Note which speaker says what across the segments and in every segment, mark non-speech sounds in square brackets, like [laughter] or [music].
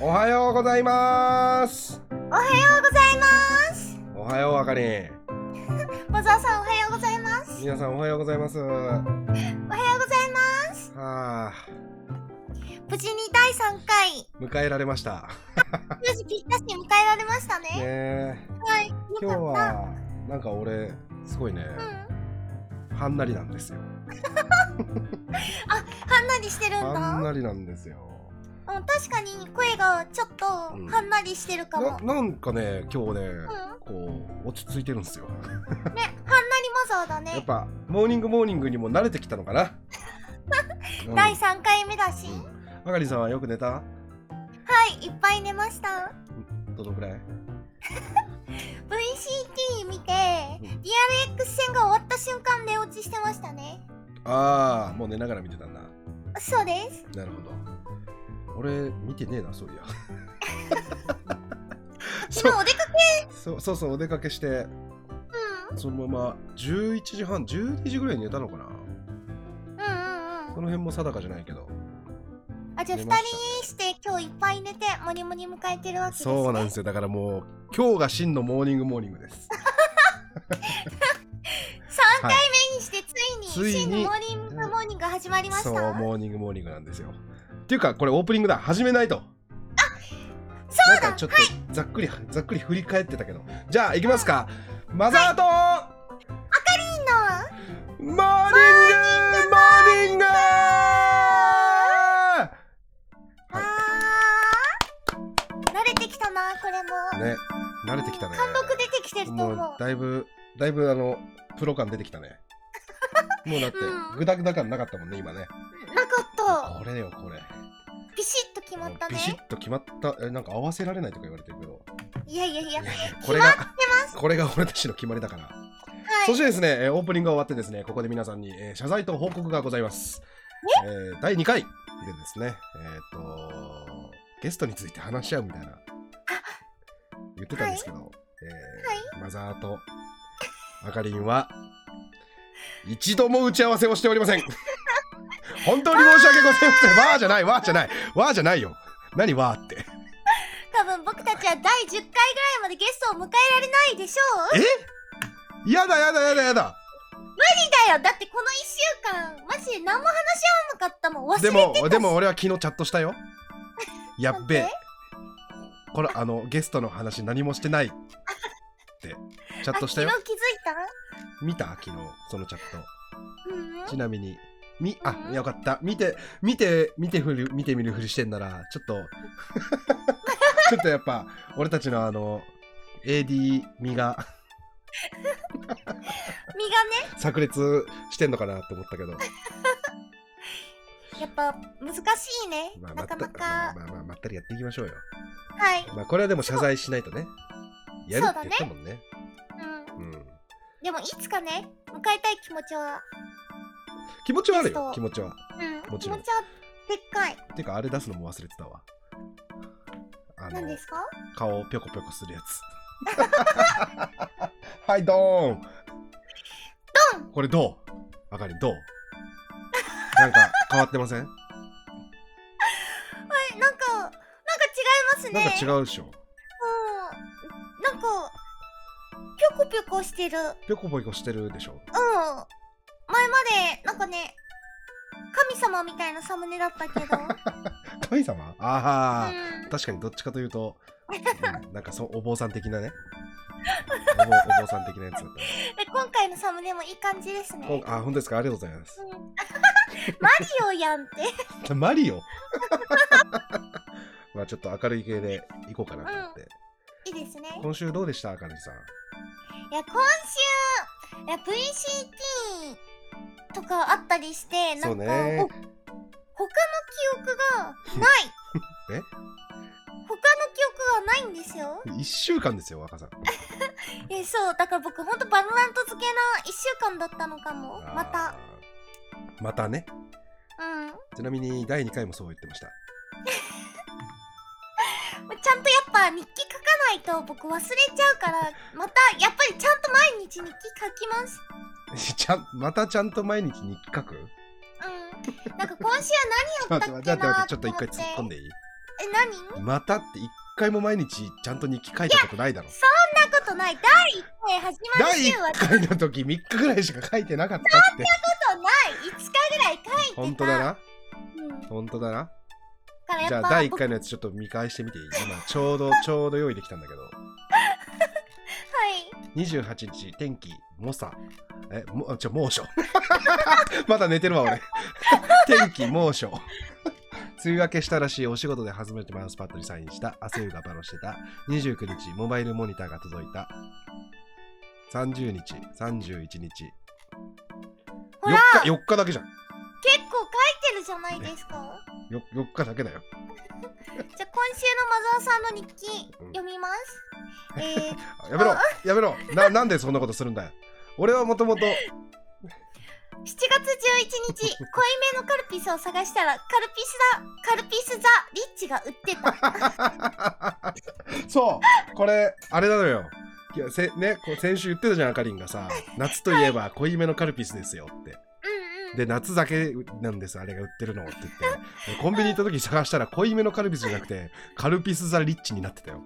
Speaker 1: おはようございます
Speaker 2: おはようございます
Speaker 1: おはようあかりん
Speaker 2: 小沢さんおはようございます
Speaker 1: 皆さんおはようございますは
Speaker 2: おはようございます
Speaker 1: あ
Speaker 2: 無事に第3回
Speaker 1: 迎えられました
Speaker 2: 無事ぴったしに迎えられましたね
Speaker 1: ねえ
Speaker 2: はいよ
Speaker 1: 今日
Speaker 2: かっ
Speaker 1: はなんか俺すごいね
Speaker 2: たうん
Speaker 1: はんなりなんですよ
Speaker 2: はんなりしてるん
Speaker 1: はん
Speaker 2: だ
Speaker 1: なりなんですよ
Speaker 2: うん確かに声がちょっと
Speaker 1: うん
Speaker 2: はんなりしてるかも、
Speaker 1: ななんかね今日ね
Speaker 2: ん
Speaker 1: こう落ち着いてるんですよ
Speaker 2: ねはんなりマザ
Speaker 1: や
Speaker 2: ーだ
Speaker 1: っ
Speaker 2: ね
Speaker 1: ぱモーニングモーニングにも慣れてきたのか
Speaker 2: [laughs]
Speaker 1: なうん
Speaker 2: 第3回目だし、は
Speaker 1: あかりさんはよく寝た
Speaker 2: いいっぱい寝ました
Speaker 1: どのくらい
Speaker 2: VCT 見て
Speaker 1: ん
Speaker 2: DRX 戦が終わった瞬間寝落ちしてましたね
Speaker 1: ああもう寝ながら見てたんだ
Speaker 2: そうです
Speaker 1: なるほど。俺、見てねえな、そういや。そ
Speaker 2: [laughs] 昨日お出かけ
Speaker 1: そうそうそう、お出かけして、そのまま11時半、12時ぐらいに寝たのかな。
Speaker 2: うんうんうん
Speaker 1: こ
Speaker 2: うん
Speaker 1: の辺も定かじゃないけど。
Speaker 2: あじゃあ2
Speaker 1: 寝ま
Speaker 2: 人
Speaker 1: した
Speaker 2: して今日いっぱい寝てモニモニ迎えてるわけですね
Speaker 1: そうなんですよ。だからもう、今日が真のモーニングモーニングです。
Speaker 2: 3
Speaker 1: はい
Speaker 2: 回目にしてつい
Speaker 1: つ
Speaker 2: に
Speaker 1: いに
Speaker 2: 真のモーニングモーニングが始まりました
Speaker 1: そ、
Speaker 2: そうう
Speaker 1: モーニングモーニングなんですよ。っていうか、これオープニングだ。始めないと。なん
Speaker 2: だ
Speaker 1: かちょっとざっくり、ざっくり振り返ってたけど。じゃあ、行きますか。マザーと、
Speaker 2: いい
Speaker 1: モーニン
Speaker 2: の
Speaker 1: グモーニング
Speaker 2: あー慣れてきたなこれも、
Speaker 1: ね、慣れてきたね。
Speaker 2: 貫禄出てきてると思
Speaker 1: も
Speaker 2: う
Speaker 1: うだいぶだいぶあのプロ感出てきた
Speaker 2: [laughs]
Speaker 1: ねもうだって
Speaker 2: うん
Speaker 1: グダグダ感なかったもんね今ね
Speaker 2: なかっ
Speaker 1: これよこれ
Speaker 2: たビシッと決まった
Speaker 1: ビシ
Speaker 2: ね
Speaker 1: ッと決まったえなんか合わせられないとか言われてるけど
Speaker 2: いやいやいやはい
Speaker 1: これがこれが俺たちの決まりだから、そしてですねえーオープニングが終わってですねここで皆さんに、えー謝罪と報告がございますえー第2回でですねえーっとゲストについて話し合うみたいな言ってたんですけど、えー
Speaker 2: はい
Speaker 1: マザーとあかりんは一度も打ち合わせをしておりません。本当に申し訳ございません。わーじゃない、わーじゃない、わーじゃないよ。何わーって。
Speaker 2: 多分僕たちは第10回ぐらいまでゲストを迎えられないでしょう
Speaker 1: えやだやだやだやだ。
Speaker 2: だよだってこの1週間マジで何も話し合わなかったもん忘れて
Speaker 1: で
Speaker 2: た
Speaker 1: も
Speaker 2: し、
Speaker 1: でも俺は昨日チャットした
Speaker 2: [laughs]
Speaker 1: よ。やっべえ
Speaker 2: なんで。
Speaker 1: これ、あの、ゲストの話何もしてない。って、チャットしたよ
Speaker 2: あ。昨日気づいた
Speaker 1: 見た昨日、そのチャット。
Speaker 2: うん
Speaker 1: ちなみに、み、あ、
Speaker 2: うん
Speaker 1: よかった。見て、見て、見てふり、見てみるふりしてんなら、
Speaker 2: [laughs]
Speaker 1: ちょっと、ちょっとやっぱ、俺たちのあの、AD 身が
Speaker 2: 身がね
Speaker 1: 炸裂してんのかなと思ったけど、
Speaker 2: [laughs] やっぱ難しいね、
Speaker 1: まあ、ま
Speaker 2: な
Speaker 1: った
Speaker 2: かなか、
Speaker 1: まあまあ、まったりやっていきましょうよ。
Speaker 2: はい、
Speaker 1: まあ、これはでも謝罪しないとね。やるって言ったもんね。
Speaker 2: うん、
Speaker 1: うん。
Speaker 2: でもいつかね迎えたい気持ちは
Speaker 1: 気持ちはある
Speaker 2: ちょっ
Speaker 1: よ、
Speaker 2: と
Speaker 1: 気持ちは。
Speaker 2: うん
Speaker 1: もちろん
Speaker 2: 気持ちはでっかい
Speaker 1: ていうか、あれ出すのも忘れてたわ。あ
Speaker 2: 何ですか
Speaker 1: 顔をぴょこぴょこするやつ。 [laughs] はい、ドーン。
Speaker 2: ドン
Speaker 1: これどうあかりん、どうなんか変わってません、
Speaker 2: はいなんかなんか違いますね
Speaker 1: なんか違うでしょ
Speaker 2: うんなんかぴょこぴょこしてるうん
Speaker 1: ぴょこぴょこしてるでしょ
Speaker 2: 前までなんかね神様みたいなサムネだったけ
Speaker 1: [laughs]
Speaker 2: ど、う
Speaker 1: 神様ああ、
Speaker 2: ん、
Speaker 1: 確かにどっちかという
Speaker 2: [laughs]
Speaker 1: と、うんなんかそうお坊さん的なね。お坊お坊さん的なやつだっ
Speaker 2: で今回のサムネもいい感じです
Speaker 1: た
Speaker 2: ね
Speaker 1: こん。あ、本当ですかありがとうございます。
Speaker 2: うんマリオやんって。
Speaker 1: マリオ [laughs] まあちょっと明るい系でいこうかなと思って。
Speaker 2: いいですね。
Speaker 1: 今週どうでしたあかりんさん。
Speaker 2: いや、今週、いや、VCT とかあったりして、な
Speaker 1: そうん
Speaker 2: か、
Speaker 1: ね
Speaker 2: お他の記憶がない。
Speaker 1: [laughs] え
Speaker 2: 他の記憶がないんですよ。
Speaker 1: 1週間ですよ、若さん。
Speaker 2: え、そう、だから僕、ほんとバロラント付けな1週間だったのかも。また。
Speaker 1: あー。またね。
Speaker 2: うん。
Speaker 1: ちなみに第2回もそう言ってました。
Speaker 2: ちゃんとやっぱ日記書かないと僕忘れちゃうから、また、やっぱりちゃんと毎日日記書きます。
Speaker 1: ちゃんまた [laughs] ちゃんと毎日日記書く
Speaker 2: うん。なんか今週何やったっけな
Speaker 1: [laughs]
Speaker 2: ー
Speaker 1: ちょっと待って待って待ってちょっと一回
Speaker 2: と
Speaker 1: 突っ
Speaker 2: 思
Speaker 1: 込ん
Speaker 2: って。
Speaker 1: でいい
Speaker 2: え、何そんな
Speaker 1: またって一回も毎日ちゃんと日記書いたことない
Speaker 2: [laughs]
Speaker 1: だろ。
Speaker 2: ことない。第1回始まる
Speaker 1: 第
Speaker 2: 週は
Speaker 1: 1
Speaker 2: そんなこ
Speaker 1: 回の時3日ぐらいしか書いてなかったって。
Speaker 2: とない。5日ぐらい書いてた。
Speaker 1: 本当だな。
Speaker 2: うん。だ
Speaker 1: 本当だな。
Speaker 2: からやっ
Speaker 1: じゃあ
Speaker 2: ぱ
Speaker 1: 第1
Speaker 2: 僕
Speaker 1: 回のやつちょっと見返してみていい今ちょうどちょうど用意できたんだけど。
Speaker 2: はい。
Speaker 1: 28日天気猛暑えもあちょ猛暑 [laughs] まだ寝てるわ俺 [laughs] 天気猛暑梅雨明けしたらしいお仕事で初めてマウスパッドにサインした汗湯がバロしてた29日モバイルモニターが届いた30日31日
Speaker 2: ほ
Speaker 1: 4
Speaker 2: ら、
Speaker 1: 日4日だけじゃん
Speaker 2: 結構書いてるじゃないですか。
Speaker 1: よ 4, 日だけだよ
Speaker 2: じゃあ今週のマザーさんの日記
Speaker 1: うん
Speaker 2: 読みます。えー、
Speaker 1: あやめろやめろななんでそんなことするんだよ俺はもともと
Speaker 2: 7月11日、
Speaker 1: [laughs]
Speaker 2: 濃いめのカルピスを探したら、カルピスだ、カルピスザ・リッチが売ってた。
Speaker 1: [laughs] そうこれあれなのよいやせね、こう先週言ってたじゃんあかりんがさ夏といえば濃いめのカルピスですよって
Speaker 2: うんうん。
Speaker 1: で夏だけなんですあれが売ってるのって言って俺コンビニ行った時探したら濃いめのカルピスじゃなくてカルピスザリッチになってたよ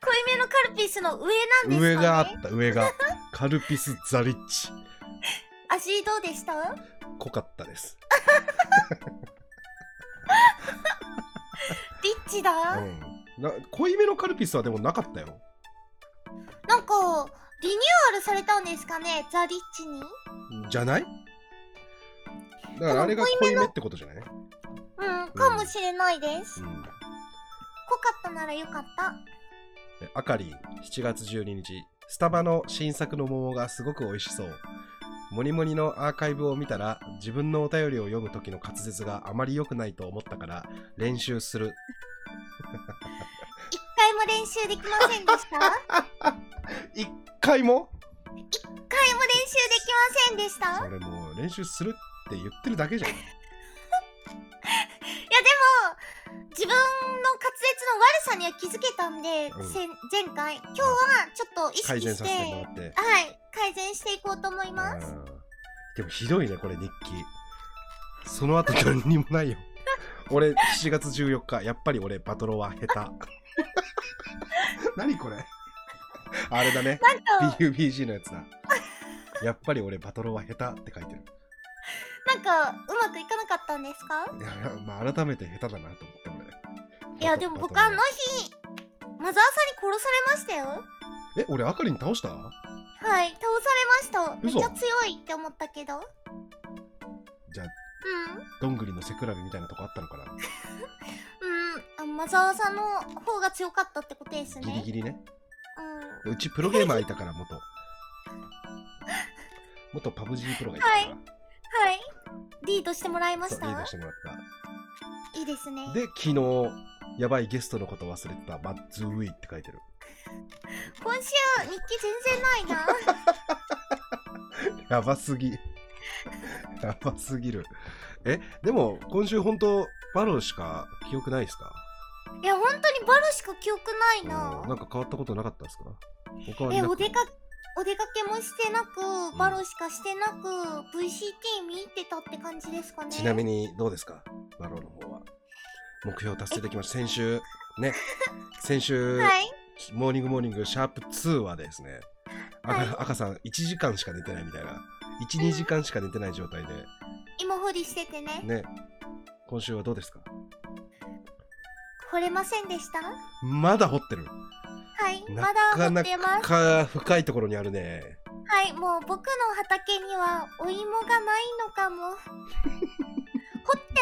Speaker 2: 濃いめのカルピスの上なんですかね
Speaker 1: 上があった上がカルピスザリッチ
Speaker 2: 味どうでしたなんか
Speaker 1: 濃かったです、
Speaker 2: リッチだ、
Speaker 1: うん、な濃いめのカルピスはでもなかったよ
Speaker 2: なんかリニューアルされたんですかねザ・リッチに
Speaker 1: じゃないだからあれが濃いめってことじゃない、う
Speaker 2: うんかもしれないです、
Speaker 1: ん
Speaker 2: 濃かったならよかった
Speaker 1: えあかりん7月12日スタバの新作の桃がすごく美味しそうモニモニのアーカイブを見たら自分のお便りを読む時の滑舌があまり良くないと思ったから練習する
Speaker 2: 一回も練習できま
Speaker 1: [laughs]
Speaker 2: せんでした
Speaker 1: [laughs]
Speaker 2: 一
Speaker 1: 一回も
Speaker 2: 回も練習できませんでしたいや
Speaker 1: それもう練習するって言ってるだけじゃん
Speaker 2: でも自分の滑舌の悪さには気づけたんで、
Speaker 1: うん
Speaker 2: せん前回今日はちょっと意
Speaker 1: 改
Speaker 2: 識
Speaker 1: 善
Speaker 2: して
Speaker 1: させてもらって
Speaker 2: はい改善していこうと思います
Speaker 1: うんでもひどいねこれ日記その後何にも
Speaker 2: [laughs]
Speaker 1: ないよ俺7月14日やっぱり俺バトロは下手何これあれだね
Speaker 2: なんか
Speaker 1: BUBG のやつだやっぱり俺バトロは下手って書いてる
Speaker 2: なんかうまくいかなかったんですか
Speaker 1: いや、まあ、改めて下手だなと思ったんだね
Speaker 2: いやでも僕あの日マザーさんに殺されましたよ
Speaker 1: え俺あかりに倒した
Speaker 2: はい倒されましためっ
Speaker 1: 嘘
Speaker 2: ちゃ強いって思ったけどうん
Speaker 1: じゃあどんぐりの背比べみたいなとこあったのかな
Speaker 2: うんあマザーさんの方が強かったってことですね
Speaker 1: ギリギリね
Speaker 2: うん
Speaker 1: うちプロゲーマーいたから元元パブ G プロがいたから、
Speaker 2: はいリードしてもらいま
Speaker 1: そ
Speaker 2: し
Speaker 1: う
Speaker 2: た
Speaker 1: リードしてもらった
Speaker 2: いいですね
Speaker 1: で、昨日、やばいゲストのこと忘れてた、バッツウィーって書いてる。
Speaker 2: 今週日記全然ないな [laughs]
Speaker 1: やばすぎ。 [laughs] やばすぎる。え、でも、今週本当バローしか記憶ないですか
Speaker 2: いや本当にバルしか記憶ないな
Speaker 1: うんなんか変わったことなかったですか他は
Speaker 2: え
Speaker 1: な
Speaker 2: お
Speaker 1: く
Speaker 2: 出かお出かけもしてなくバロしかしてなく VCT 見入ってたって感じですかね
Speaker 1: ちなみに、どうですかバローの方は。目標達成できました。先週、ね、先週、
Speaker 2: [laughs] はい
Speaker 1: モーニングモーニング、シャープ2はですね、赤,、
Speaker 2: はい
Speaker 1: 赤さん1時間しか寝てないみたいな、1、2時間しか寝てない状態で、
Speaker 2: 芋掘りしててね
Speaker 1: ね、今週はどうですか
Speaker 2: 掘れませんでしたは
Speaker 1: まだ掘ってる。
Speaker 2: い
Speaker 1: な
Speaker 2: まだ
Speaker 1: か
Speaker 2: 掘
Speaker 1: な
Speaker 2: ってます
Speaker 1: か深いところにあるね。
Speaker 2: はいもう僕の畑にはお芋がないのか
Speaker 1: [laughs]
Speaker 2: も掘って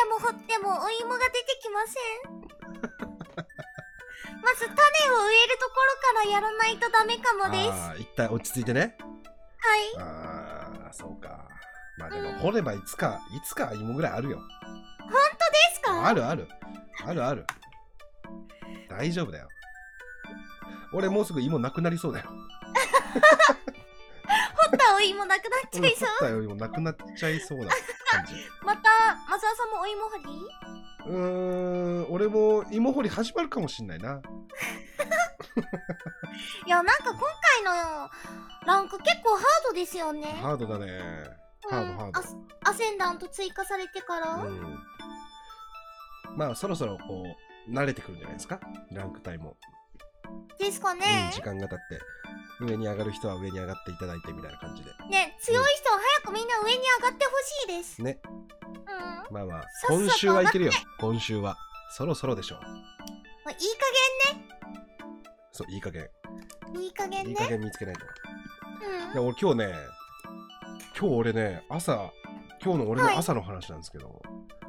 Speaker 2: も掘ってもお芋が出てきませんまず種を植えるところからやらないとダメかもですは
Speaker 1: ああ、一旦落ち着いてね。
Speaker 2: い
Speaker 1: ああ、そうか。まあで
Speaker 2: うん
Speaker 1: も掘ればいつか、いつか芋ぐらいあるよ。
Speaker 2: ですか
Speaker 1: あるある。あるある。大丈夫だよ。俺もうすぐ芋なくなりそうだよ。
Speaker 2: 掘ったお芋なくなっち
Speaker 1: 掘
Speaker 2: ゃ
Speaker 1: [laughs]
Speaker 2: い [laughs] そ
Speaker 1: ったよりもなくなっちゃいそうな感じ。
Speaker 2: うまた松田さんもお芋掘り
Speaker 1: うーん、俺も芋掘り始まるかもしんないな。
Speaker 2: いやなんか今回のランク結構ハードですよね
Speaker 1: ハードだね。ハードハード
Speaker 2: うんアスアセンダント追加されてから、
Speaker 1: うん。まあそろそろこう慣れてくるんじゃないですかランク帯も、
Speaker 2: ですか
Speaker 1: うん、
Speaker 2: ね
Speaker 1: 時間が経って上に上がる人は上に上がっていただいてみたいな感じで
Speaker 2: ね強い人は早くみんな上に上がってほしいです
Speaker 1: ね
Speaker 2: うん
Speaker 1: まあまあ
Speaker 2: さっさと
Speaker 1: 今週はいけるよ今週はそろそろでしょう
Speaker 2: もういい
Speaker 1: そういい加減
Speaker 2: 加減いい加減
Speaker 1: いい
Speaker 2: ね
Speaker 1: 加減見つけないといや
Speaker 2: うん
Speaker 1: 俺今日ね今日俺ね朝今日の俺
Speaker 2: はい
Speaker 1: の朝の話なんですけど、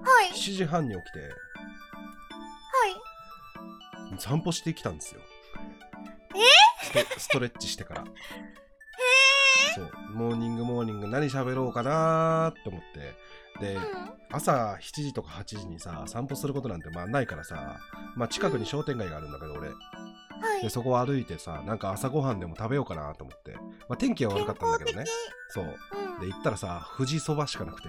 Speaker 2: はい
Speaker 1: 7時半に起きて
Speaker 2: はい
Speaker 1: 散歩してきたんですよストストレッチしてからそうモーニングモーニング何喋ろうかなーって思ってで、
Speaker 2: うん
Speaker 1: 朝7時とか8時にさ散歩することなんてまあないからさ、まあ、近くに商店街があるんだけど俺
Speaker 2: はい
Speaker 1: でそこを歩いてさなんか朝ごはんでも食べようかなと思って、まあ、天気は悪かったんだけどねそう
Speaker 2: うんは
Speaker 1: で
Speaker 2: い
Speaker 1: 行ったらさ富士そばしかなくて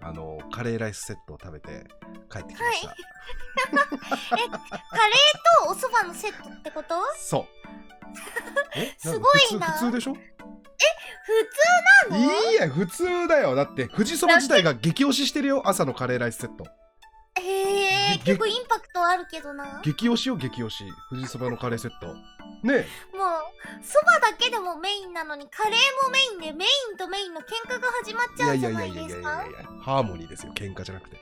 Speaker 1: あのカレーライスセットを食べて帰ってきました、
Speaker 2: はカレーとおそばのセットってこと [laughs]
Speaker 1: そうえ
Speaker 2: すごいな
Speaker 1: 普通普通でしょ
Speaker 2: 普通なの
Speaker 1: いいや普通だよだって富士そば自体が激推ししてるよ朝のカレーライスセット
Speaker 2: へえ
Speaker 1: げ
Speaker 2: 結構インパクトあるけどな
Speaker 1: 激推しよ激推し富士そばのカレーセットね
Speaker 2: もうそばだけでもメインなのにカレーもメインでメインとメインの喧嘩が始まっ
Speaker 1: え
Speaker 2: ち
Speaker 1: い
Speaker 2: ゃ
Speaker 1: や
Speaker 2: う
Speaker 1: い
Speaker 2: じ
Speaker 1: やいやいや
Speaker 2: ゃない
Speaker 1: いや
Speaker 2: です
Speaker 1: い
Speaker 2: か
Speaker 1: や
Speaker 2: ハ
Speaker 1: ハーモニーですよ喧嘩じゃなくて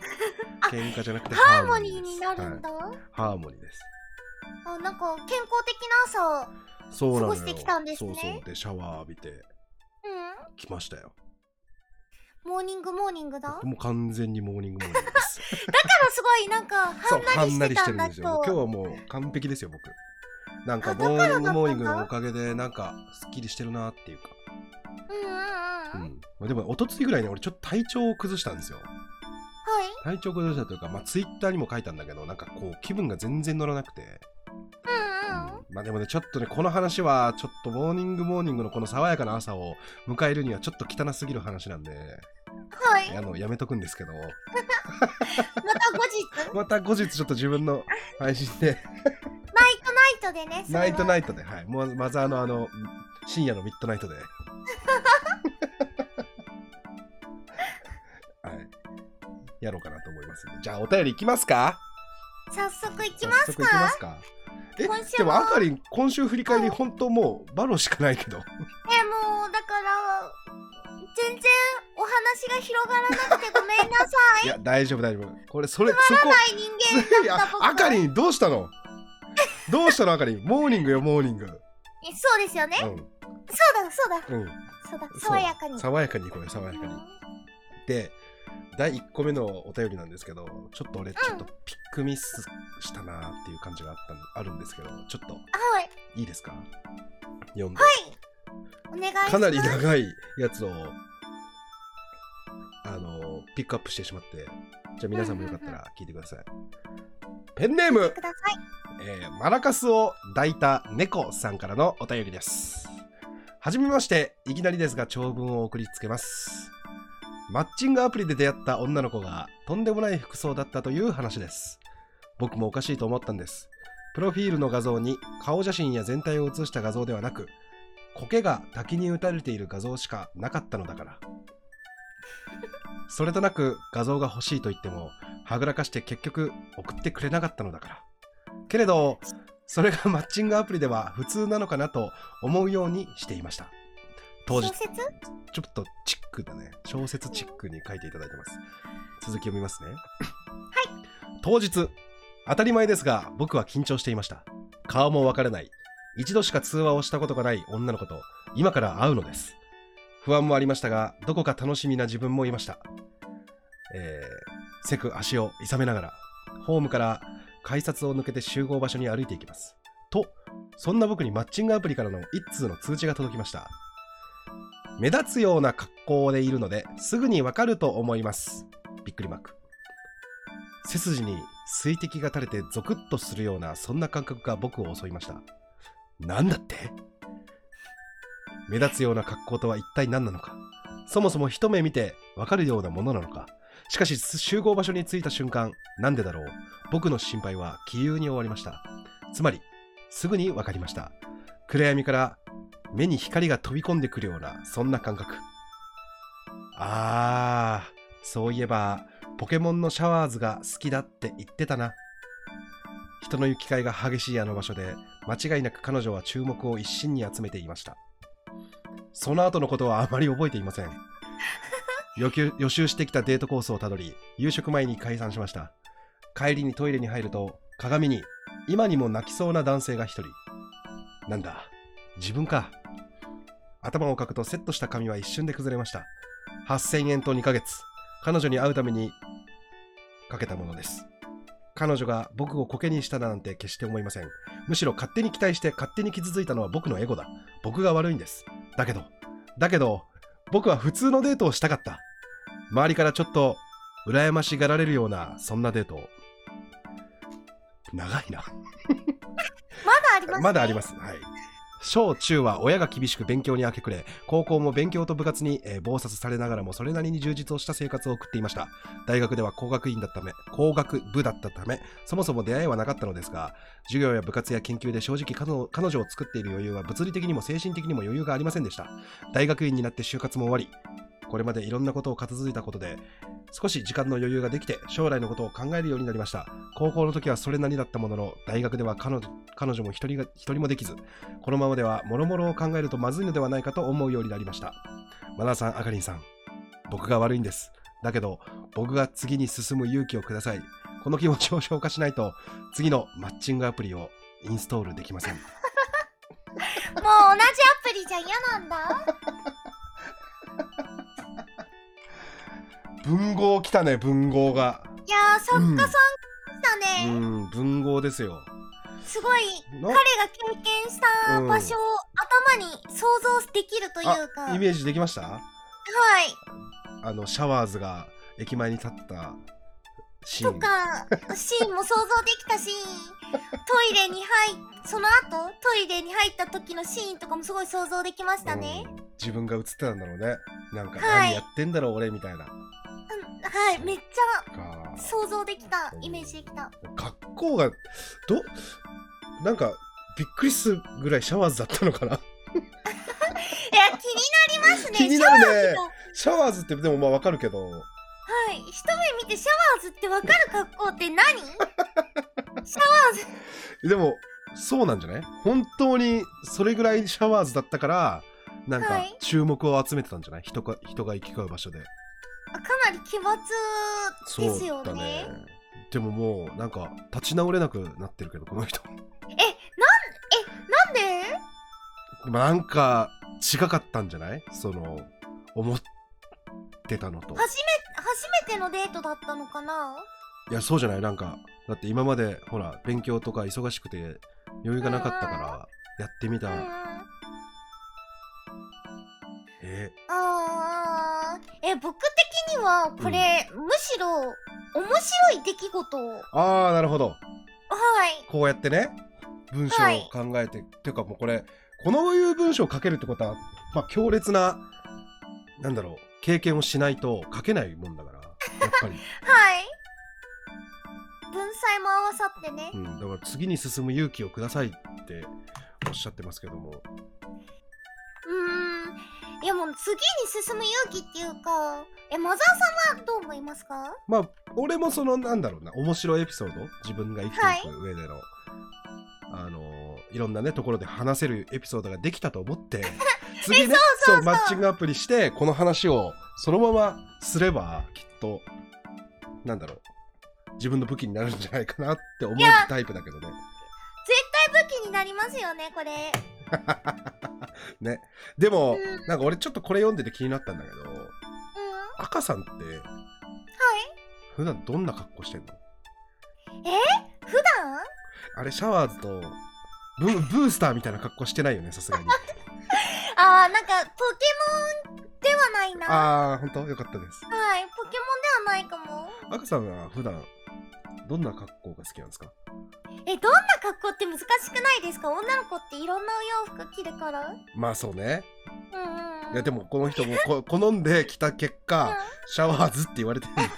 Speaker 2: あ
Speaker 1: 喧嘩じゃなくて
Speaker 2: ーモニーになるん
Speaker 1: だ
Speaker 2: だ、
Speaker 1: ハーモニーです
Speaker 2: あなんか健康的な朝
Speaker 1: そうなのよ
Speaker 2: 過ごしてきたんですね
Speaker 1: そうそうでシャワー浴びて
Speaker 2: う
Speaker 1: きましたよ
Speaker 2: んモーニングモーニングだだか
Speaker 1: もう完全にモーニングモーニングです
Speaker 2: [laughs] らすごいなんかは
Speaker 1: そうん
Speaker 2: なりしてたんだ
Speaker 1: ですよ
Speaker 2: と
Speaker 1: もう今日はもう完璧ですよ僕なんか
Speaker 2: あ
Speaker 1: モ
Speaker 2: だから
Speaker 1: ーニングモーニング
Speaker 2: だった
Speaker 1: の
Speaker 2: んだ
Speaker 1: おかげでなんかすっきりしてるなっていうか
Speaker 2: うんうんう
Speaker 1: う
Speaker 2: んはい
Speaker 1: んまあ、でも一昨日ぐらいに俺ちょっと体調を崩したんですよ体調崩したというかまあツイッターにも書いたんだけどなんかこう気分が全然乗らなくて、
Speaker 2: うんうん
Speaker 1: まあでもねちょっとねこの話はちょっとモーニングモーニングのこの爽やかな朝を迎えるにはちょっと汚すぎる話なんで
Speaker 2: はい
Speaker 1: あのやめとくんですけど
Speaker 2: また後日
Speaker 1: また後日ちょっと自分の配信で
Speaker 2: ナイトナイトでねそれは
Speaker 1: ナイトナイトではいもうマザーのあの深夜のミッドナイトではいやろうかなと思いますんでじゃあお便りいきますか
Speaker 2: 早速行き
Speaker 1: 早
Speaker 2: ま
Speaker 1: 速いきますかえ
Speaker 2: 今週も
Speaker 1: でもあかりん今週振り返り本当もうバロしかないけど
Speaker 2: えもうだから全然お話が広がらなくてごめんなさ
Speaker 1: いや大丈夫大丈夫これそれそこ
Speaker 2: い人間
Speaker 1: い
Speaker 2: だ
Speaker 1: や
Speaker 2: った僕
Speaker 1: あかりんどうした
Speaker 2: [laughs]
Speaker 1: のどうしたのあかりんモーニングよモーニング
Speaker 2: えそうですよね
Speaker 1: う
Speaker 2: そうだそうだ
Speaker 1: んうん
Speaker 2: そうだ
Speaker 1: そう
Speaker 2: 爽やかに
Speaker 1: 爽やかにいこうよ爽や
Speaker 2: う
Speaker 1: かに
Speaker 2: ん
Speaker 1: で第1個目のお便りなんですけどちょっと俺ちょっとピックミスしたなっていう感じがあったんあるんですけどちょっと
Speaker 2: はい
Speaker 1: いいですか読んで、
Speaker 2: お願いします
Speaker 1: かなり長いやつをあのピックアップしてしまってじゃあ皆さんもよかったら聞いてください、ペンネーム
Speaker 2: ください
Speaker 1: えーマラカスを抱いた猫さんからのお便りです。はじめまして、いきなりですが長文を送りつけます。マッチングアプリで出会った女の子がとんでもない服装だったという話です。僕もおかしいと思ったんです。プロフィールの画像に顔写真や全体を写した画像ではなく、苔が滝に打たれている画像しかなかったのだから。それとなく画像が欲しいと言っても、はぐらかして結局送ってくれなかったのだから。けれどそれがマッチングアプリでは普通なのかなと思うようにしていました当時
Speaker 2: 小説
Speaker 1: ちょっとチックだね小説チックに書いていただいてます続き読みますねはい当日当たり前ですが僕は緊張していました顔もわからない一度しか通話をしたことがない女の子と今から会うのです不安もありましたがどこか楽しみな自分もいましたえー、セク足をいさめながらホームから改札を抜けて集合場所に歩いていきますとそんな僕にマッチングアプリからの一通の通知が届きました目立つような格好でいるのですぐにわかると思いますびっくりマーク背筋に水滴が垂れてゾクッとするようなそんな感覚が僕を襲いましたなんだって目立つような格好とは一体何なのかそもそも一目見てわかるようなものなのかしかし集合場所に着いた瞬間なんでだろう僕の心配は杞憂に終わりましたつまりすぐにわかりました暗闇から目に光が飛び込んでくるようなそんな感覚あーそういえばポケモンのシャワーズが好きだって言ってたな。人の行き交いが激しいあの場所で、間違いなく彼女は注目を一身に集めていました。その後のことはあまり覚えていません。予習予習してきたデートコースをたどり、夕食前に解散しました。帰りにトイレに入ると、鏡に、今にも泣きそうな男性が一人。なんだ、自分か。頭をかくとセットした髪は一瞬で崩れました。8000円と2ヶ月。彼女に会うためにかけたものです。彼女が僕をコケにしたなんて決して思いません。むしろ勝手に期待して勝手に傷ついたのは僕のエゴだ。僕が悪いんです。だけど、だけど、僕は普通のデートをしたかった。周りからちょっと羨ましがられるような、そんなデートを。長いな。
Speaker 2: まだあります、ね、。
Speaker 1: まだありますす。はい。小中は親が厳しく勉強に明け暮れ、高校も勉強と部活に、えー、忙殺されながらもそれなりに充実をした生活を送っていました。大学では工学院だったため、工学部だったため、そもそも出会いはなかったのですが、授業や部活や研究で正直彼女彼女を作っている余裕は物理的にも精神的にも余裕がありませんでした。大学院になって就活も終わり、これまでいろんなことを片付いたことで、少し時間の余裕ができて将来のことを考えるようになりました。高校の時はそれなりだったものの、大学では彼女彼女も一人が一人もできず、このままでは諸々を考えるとまずいのではないかと思うようになりました。マナさん、あかりんさん、僕が悪いんです。だけど、僕が次に進む勇気をください。この気持ちを消化しないと、次のマッチングアプリをインストールできません。
Speaker 2: もう同じアプリじゃ嫌なんだ。
Speaker 1: 文豪来たね、文豪が。
Speaker 2: いやー、作
Speaker 1: うん
Speaker 2: 家さんだ
Speaker 1: う
Speaker 2: ね、
Speaker 1: ん、文豪ですよ。
Speaker 2: すごい
Speaker 1: な
Speaker 2: 彼が経験した場所を頭に想像できるというか、
Speaker 1: イ
Speaker 2: はい。
Speaker 1: メージできましたあの、シャワーズが駅前に立ったシー
Speaker 2: と
Speaker 1: ン。
Speaker 2: か、シーンも想像できたし、トイレに入っ、その後、トイレに入った時のシーンとかもすごい想像できましたね。
Speaker 1: うん自分が映ってたんだろうね。なんか、
Speaker 2: はい
Speaker 1: 何やってんだろう、俺みたいな。
Speaker 2: うん、はい、めっちゃ
Speaker 1: か
Speaker 2: 想像できた、イメージ
Speaker 1: [laughs]
Speaker 2: できた。
Speaker 1: 格好がどなんかびっくりするぐらいシャワーズだったのかな [laughs]
Speaker 2: いや、気になりますね。
Speaker 1: 気になるね
Speaker 2: シャワ
Speaker 1: シャワ
Speaker 2: ーズがは
Speaker 1: ーズってでもまあわかるけど
Speaker 2: い、一目見てシャワーズってわかる格好って何 [laughs]
Speaker 1: でもそうなんじゃない本当にそれぐらいシャワーズだったからなん
Speaker 2: は
Speaker 1: か
Speaker 2: い
Speaker 1: 注目を集めてたんじゃない人が人が行き交う場所で
Speaker 2: あかなり奇抜ですよね。
Speaker 1: でももうなんか立ち直れなくなってるけどこの人 [laughs]
Speaker 2: なんで
Speaker 1: まあなんか違かったんじゃないその思ってたのと
Speaker 2: 初め初めてのデートだったのかない
Speaker 1: やそうじゃないなんかだって今までほら勉強とか忙しくて余裕がなかったからやってみ
Speaker 2: う
Speaker 1: た、
Speaker 2: んうん
Speaker 1: え
Speaker 2: あーえ僕的にはこれ、むしろ面白い出来事をはい
Speaker 1: ああなるほどこうやってね文章
Speaker 2: はい
Speaker 1: を考えて、っていうかもうこれこのいう文章を書けるってことは、まあ、強烈ななんだろう経験をしないと書けないもんだからやっぱり、
Speaker 2: はい文才も合わさってね、
Speaker 1: うん、だから次に進む勇気をくださいっておっしゃってますけども
Speaker 2: うーんいやもう次に進む勇気っていうかえマザーさんはどう思いますか
Speaker 1: まあ俺もそのなんだろうな面白いエピソード自分が生きていく上での、あのーいろんなねところで話せるエピソードができたと思って
Speaker 2: [laughs]
Speaker 1: 次ね
Speaker 2: そうそうそう
Speaker 1: マッチングアプリしてこの話をそのまますればきっとなんだろう自分の武器になるんじゃないかなって思うタイプだけど
Speaker 2: [laughs]
Speaker 1: ね。
Speaker 2: 絶対武器になりますよねこれ
Speaker 1: ねで
Speaker 2: うん
Speaker 1: も
Speaker 2: うん
Speaker 1: なんか俺ちょっとこれ読んでて気になったんだけど赤さんって普段どんな格好してんの
Speaker 2: 普段
Speaker 1: あれシャワーズとブブースターみたいな格好してないよねさすがに。
Speaker 2: [laughs] あーなんかポケモンではないな
Speaker 1: ああ、本当よかったです。
Speaker 2: はい、ポケモンではないかも。
Speaker 1: 赤さんは普段どんな格好が好きなんですか
Speaker 2: え、どんな格好って難しくないですか女の子っていろんなお洋服着るから。うん
Speaker 1: まあそうね。
Speaker 2: うんうん。
Speaker 1: いやでもこの人もこ好んで来た結
Speaker 2: うん
Speaker 1: 果、シャワーズって言われてるんだ
Speaker 2: [laughs]
Speaker 1: よ。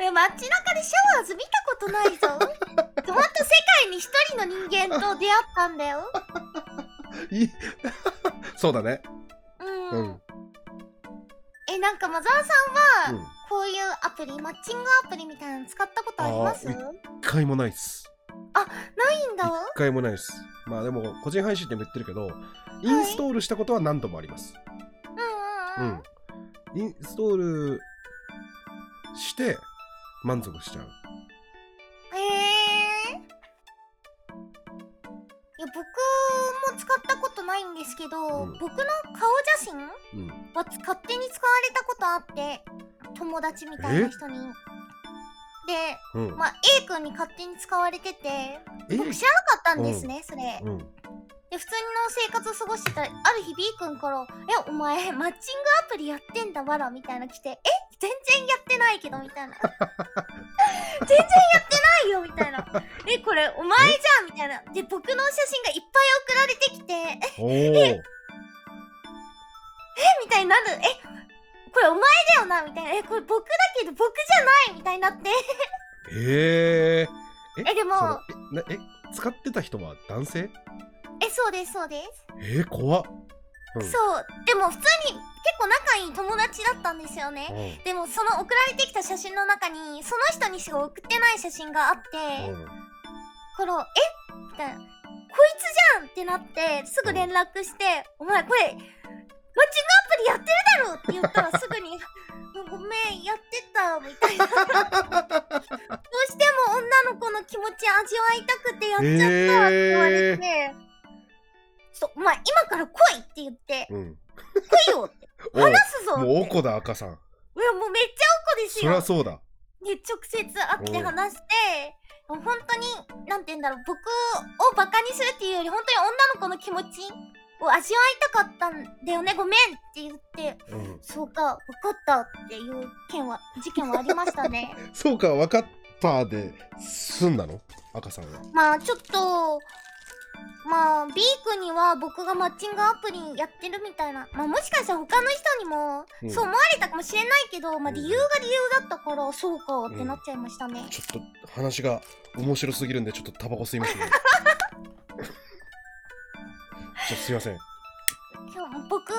Speaker 2: え、街中でシャワーズ見たことな
Speaker 1: [laughs]
Speaker 2: いぞ。ほんと世界に一人の人間と出会ったんだよ。
Speaker 1: いい [laughs] そうだね。
Speaker 2: うん。
Speaker 1: うん。
Speaker 2: え、え、なんかマザーさんは、こういうアプリ、マッチングアプリみたいなの使ったことあります
Speaker 1: あ
Speaker 2: な
Speaker 1: ー
Speaker 2: い
Speaker 1: 一回もないっす。
Speaker 2: んだわ。
Speaker 1: 一回もないです。まあでも、個人配信でも言ってるけど、インストールしたことは何度もあります。
Speaker 2: うんうんうん。
Speaker 1: うん。インストールして、満足しちゃう。
Speaker 2: へえ。いや僕も使ったことないんですけど、
Speaker 1: うん
Speaker 2: 僕の顔写真
Speaker 1: うん。
Speaker 2: は勝手に使われたことあって友達みたいな人に。で、
Speaker 1: うん。
Speaker 2: まあ、A 君に勝手に使われてて
Speaker 1: え
Speaker 2: 僕知らなかったんですね、それ
Speaker 1: うん。
Speaker 2: で普通の生活を過ごしてたらある日 B 君から「えお前マッチングアプリやってんだわら」みたいな来て「え全然やってないけど」みたいな [laughs] 「全然やってないよ」みたいな「えこれお前じゃん」みたいなで僕の写真がいっぱい送られてきて「
Speaker 1: お
Speaker 2: え
Speaker 1: ー。
Speaker 2: みたいになる「えこれお前だよな」みたいな「えこれ僕だけど僕じゃない」みたいになって
Speaker 1: へえ。
Speaker 2: えでも
Speaker 1: そのえなえ、使ってた人は男性
Speaker 2: えそうですそうです、
Speaker 1: えー、怖っ。うん
Speaker 2: そうでも普通に結構仲いい友達だったんですよね、
Speaker 1: うん。
Speaker 2: でもその送られてきた写真の中にその人にしか送ってない写真があって、
Speaker 1: うん
Speaker 2: から「えみたいな「こいつじゃん!」ってなってすぐ連絡して「お前これマッチングアプリやってるだろ!」って言った
Speaker 1: [laughs]
Speaker 2: らすぐに「ごめんやってた」みたいなどうしても女の子の気持ち味わいたくてやっちゃったって言われて、ちょっとお前今から来いって言って
Speaker 1: うん。
Speaker 2: 来いよって
Speaker 1: おう
Speaker 2: 話すぞって
Speaker 1: もうおこだ、赤さん。
Speaker 2: いやもうめっちゃおこです
Speaker 1: そり
Speaker 2: よ
Speaker 1: ゃそうだ。
Speaker 2: で直接会って話して本当になんて言うんだろう僕をバカにするっていうより本当に女の子の気持ちを味わいたかったんだよねごめんって言って
Speaker 1: うん。
Speaker 2: そうか分かったっていう件は事件はありまし
Speaker 1: [laughs]
Speaker 2: たね
Speaker 1: そうか、分かったで済んだの赤さんは。
Speaker 2: まあちょっとまあ B 君には僕がマッチングアプリやってるみたいなまあもしかしたら他の人にも
Speaker 1: うん
Speaker 2: そう思われたかもしれないけど、まあ理由が理由だったからそうかってなっちゃいましたね、
Speaker 1: ちょっと話が面白すぎるんで、ちょっとタバコ吸います
Speaker 2: [laughs]
Speaker 1: ね。ちょっとすいません。
Speaker 2: そう僕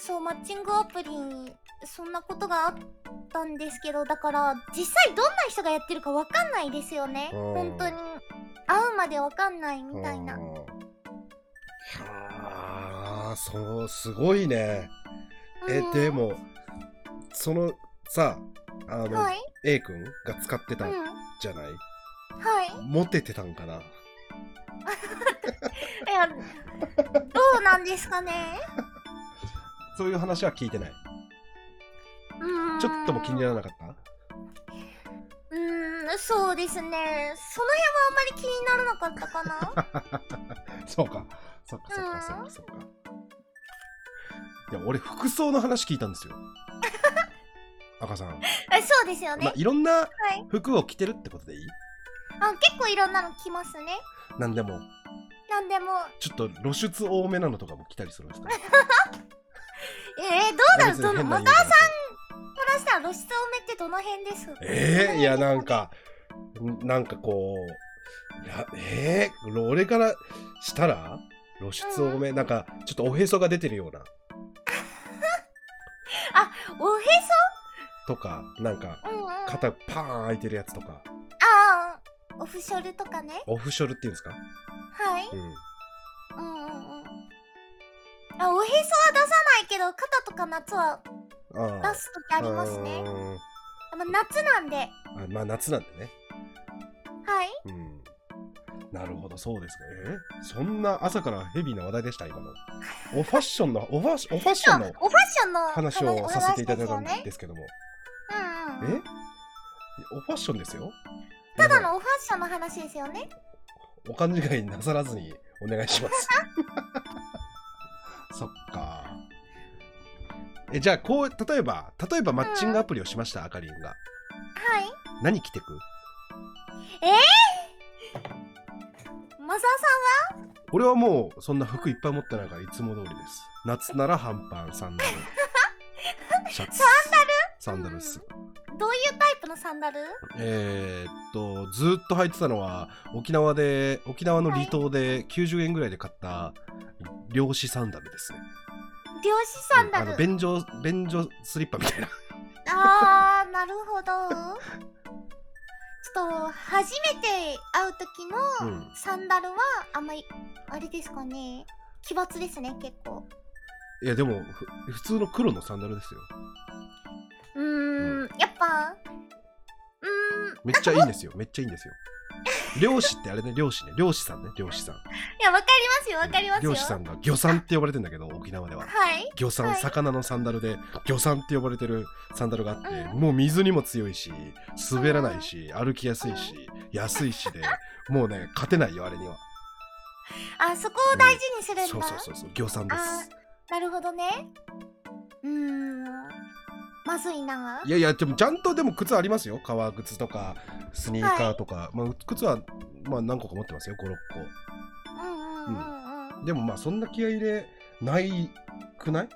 Speaker 2: そうマッチングアプリにそんなことがあったんですけどだから実際どんな人がやってるかわかんないですよね
Speaker 1: うん
Speaker 2: 本当に会うまでわかんないみたいな
Speaker 1: あー
Speaker 2: うん
Speaker 1: はあ、そう、すごいね。え、でも、そのさ、あの、
Speaker 2: はい
Speaker 1: A 君が使って
Speaker 2: う
Speaker 1: た
Speaker 2: ん
Speaker 1: じゃない、
Speaker 2: はい
Speaker 1: モテてたんかない
Speaker 2: やどうなんですかね
Speaker 1: そういう話は聞いてない。
Speaker 2: うん
Speaker 1: ちょっとも気にならなかった
Speaker 2: うーんそうですねその辺はあんまり気にならなかったかな
Speaker 1: [laughs] そうか。そっかそっかそっかそっか。いや、俺、服装の話聞いたんです
Speaker 2: [laughs]
Speaker 1: よ。赤さん。
Speaker 2: えそうですよね、
Speaker 1: まあ、いろんない服を着てるってことでいい、
Speaker 2: あ、結構いろんなの来ますね
Speaker 1: なんでも、
Speaker 2: なんでも
Speaker 1: ちょっと露出多めなのとかも着たりするんですか
Speaker 2: えー、どうだろうそのマザー
Speaker 1: さん
Speaker 2: 話したら露出多めってどの辺です
Speaker 1: えー、いや、なんか、んなんかこう、いやえー、俺からしたら露出多め、なんか、ちょっとおへそが出てるような、
Speaker 2: おへ
Speaker 1: とか、なんか、
Speaker 2: そうんうんあ
Speaker 1: 肩パーン開いてるやつとか、
Speaker 2: あオフショルとかね
Speaker 1: オフショルっていうんですか
Speaker 2: はい
Speaker 1: うん。
Speaker 2: うんうんうんあおへそは出さないけど肩とか夏は
Speaker 1: あ
Speaker 2: 出す時ありますね
Speaker 1: ね。
Speaker 2: まあ夏なんではい
Speaker 1: あまあ夏なんでね。うん。なるほど、そうですか。えーそんな朝からヘビーな話題でした、今の。おファッションの、おファッションおファッシ
Speaker 2: そ
Speaker 1: ョ
Speaker 2: う
Speaker 1: ンの
Speaker 2: おファッションの
Speaker 1: 話をさせていただいた
Speaker 2: お
Speaker 1: ん
Speaker 2: 話ですよね
Speaker 1: ですけども。
Speaker 2: うんうん
Speaker 1: えおファッションですよ。
Speaker 2: ただのおファッションの話ですよね
Speaker 1: お勘違いなさらずにお願いし [laughs] ます。そっか。えじゃあこう例えば例えばマッチングアプリをしました、あかりんが
Speaker 2: はい
Speaker 1: 何着てく
Speaker 2: マザー
Speaker 1: 俺はもうそんな服いっぱい持ってないからいつも通りです夏なら半パンサ [laughs] ンダルシャツサンダルサンダルっす、
Speaker 2: さんどういうタイプのサンダル
Speaker 1: えー、っとずーっと履いてたのは沖縄で沖縄の離島で90円ぐらいで買った漁師サンダルですね
Speaker 2: 漁漁師さんだ
Speaker 1: あの
Speaker 2: る。
Speaker 1: 便所便所スリッパみたい
Speaker 2: [laughs]
Speaker 1: な
Speaker 2: あー、なるほど。ちょっと、初めて会う時の
Speaker 1: うん
Speaker 2: サンダルは、あんまり、あれですかね。奇抜ですね、結構。
Speaker 1: いやでもふ普通の黒のサンダルですよ
Speaker 2: うーん、やっぱ、うーん、
Speaker 1: めっちゃいいんですよめっちゃいいんですよ漁師ってあれね漁師ね漁師さんね漁師さん
Speaker 2: いや、わかりますよ、わかりますよ。
Speaker 1: 漁師さんが魚さんって呼ばれてんだけど沖縄では
Speaker 2: はい。
Speaker 1: 魚さん、
Speaker 2: はい
Speaker 1: 魚のサンダルで魚さんって呼ばれてるサンダルがあって、
Speaker 2: うん
Speaker 1: もう水にも強いし滑らないし、歩きやすいし、安いしでもうね勝てないよあれには
Speaker 2: あ、そこを大事にするんだ。
Speaker 1: そうそうそうそう魚さんで
Speaker 2: あ
Speaker 1: す
Speaker 2: ー、なるほどね。うーん、まずいな。
Speaker 1: いやいやでもちゃんとでも靴ありますよ革靴とかスニーカーとか、まあ、靴はまあ何個か持ってますよ56
Speaker 2: うんうんうんうん。
Speaker 1: 個でもまあそんな気合い入れないくない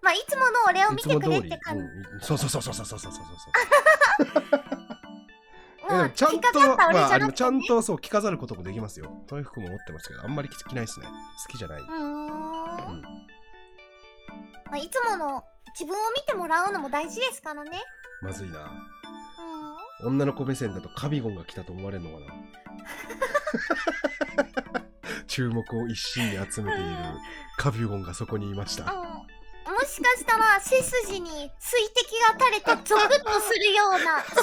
Speaker 2: まあ、いつもの俺を
Speaker 1: い
Speaker 2: 見
Speaker 1: つ
Speaker 2: て
Speaker 1: も
Speaker 2: く
Speaker 1: 通
Speaker 2: れっ
Speaker 1: り、
Speaker 2: て感じ。
Speaker 1: うんそうそうそうそうそうそうそうそうそうえ
Speaker 2: ま
Speaker 1: で
Speaker 2: あ、
Speaker 1: もちゃん
Speaker 2: 引っ
Speaker 1: と、
Speaker 2: かかった
Speaker 1: まあ、あ
Speaker 2: 俺じゃ
Speaker 1: の
Speaker 2: なく
Speaker 1: ち
Speaker 2: て
Speaker 1: ゃん
Speaker 2: ね。
Speaker 1: とそう着飾ることもできますよ。そういう服も持ってますけど、あんまり着ないですね。好きじゃない。
Speaker 2: うーん。
Speaker 1: うん
Speaker 2: まあ、いつもの自分を見てもらうのも大事ですからね。
Speaker 1: まずいな。
Speaker 2: うん。
Speaker 1: 女の子目線だとカビゴンが来たと思われる
Speaker 2: [laughs]
Speaker 1: のかな。注目を一身に集めているカビゴンがそこにいまし
Speaker 2: あ
Speaker 1: た。
Speaker 2: のもしかしたら背筋に水滴が垂れてゾクッとするようなそんな感覚を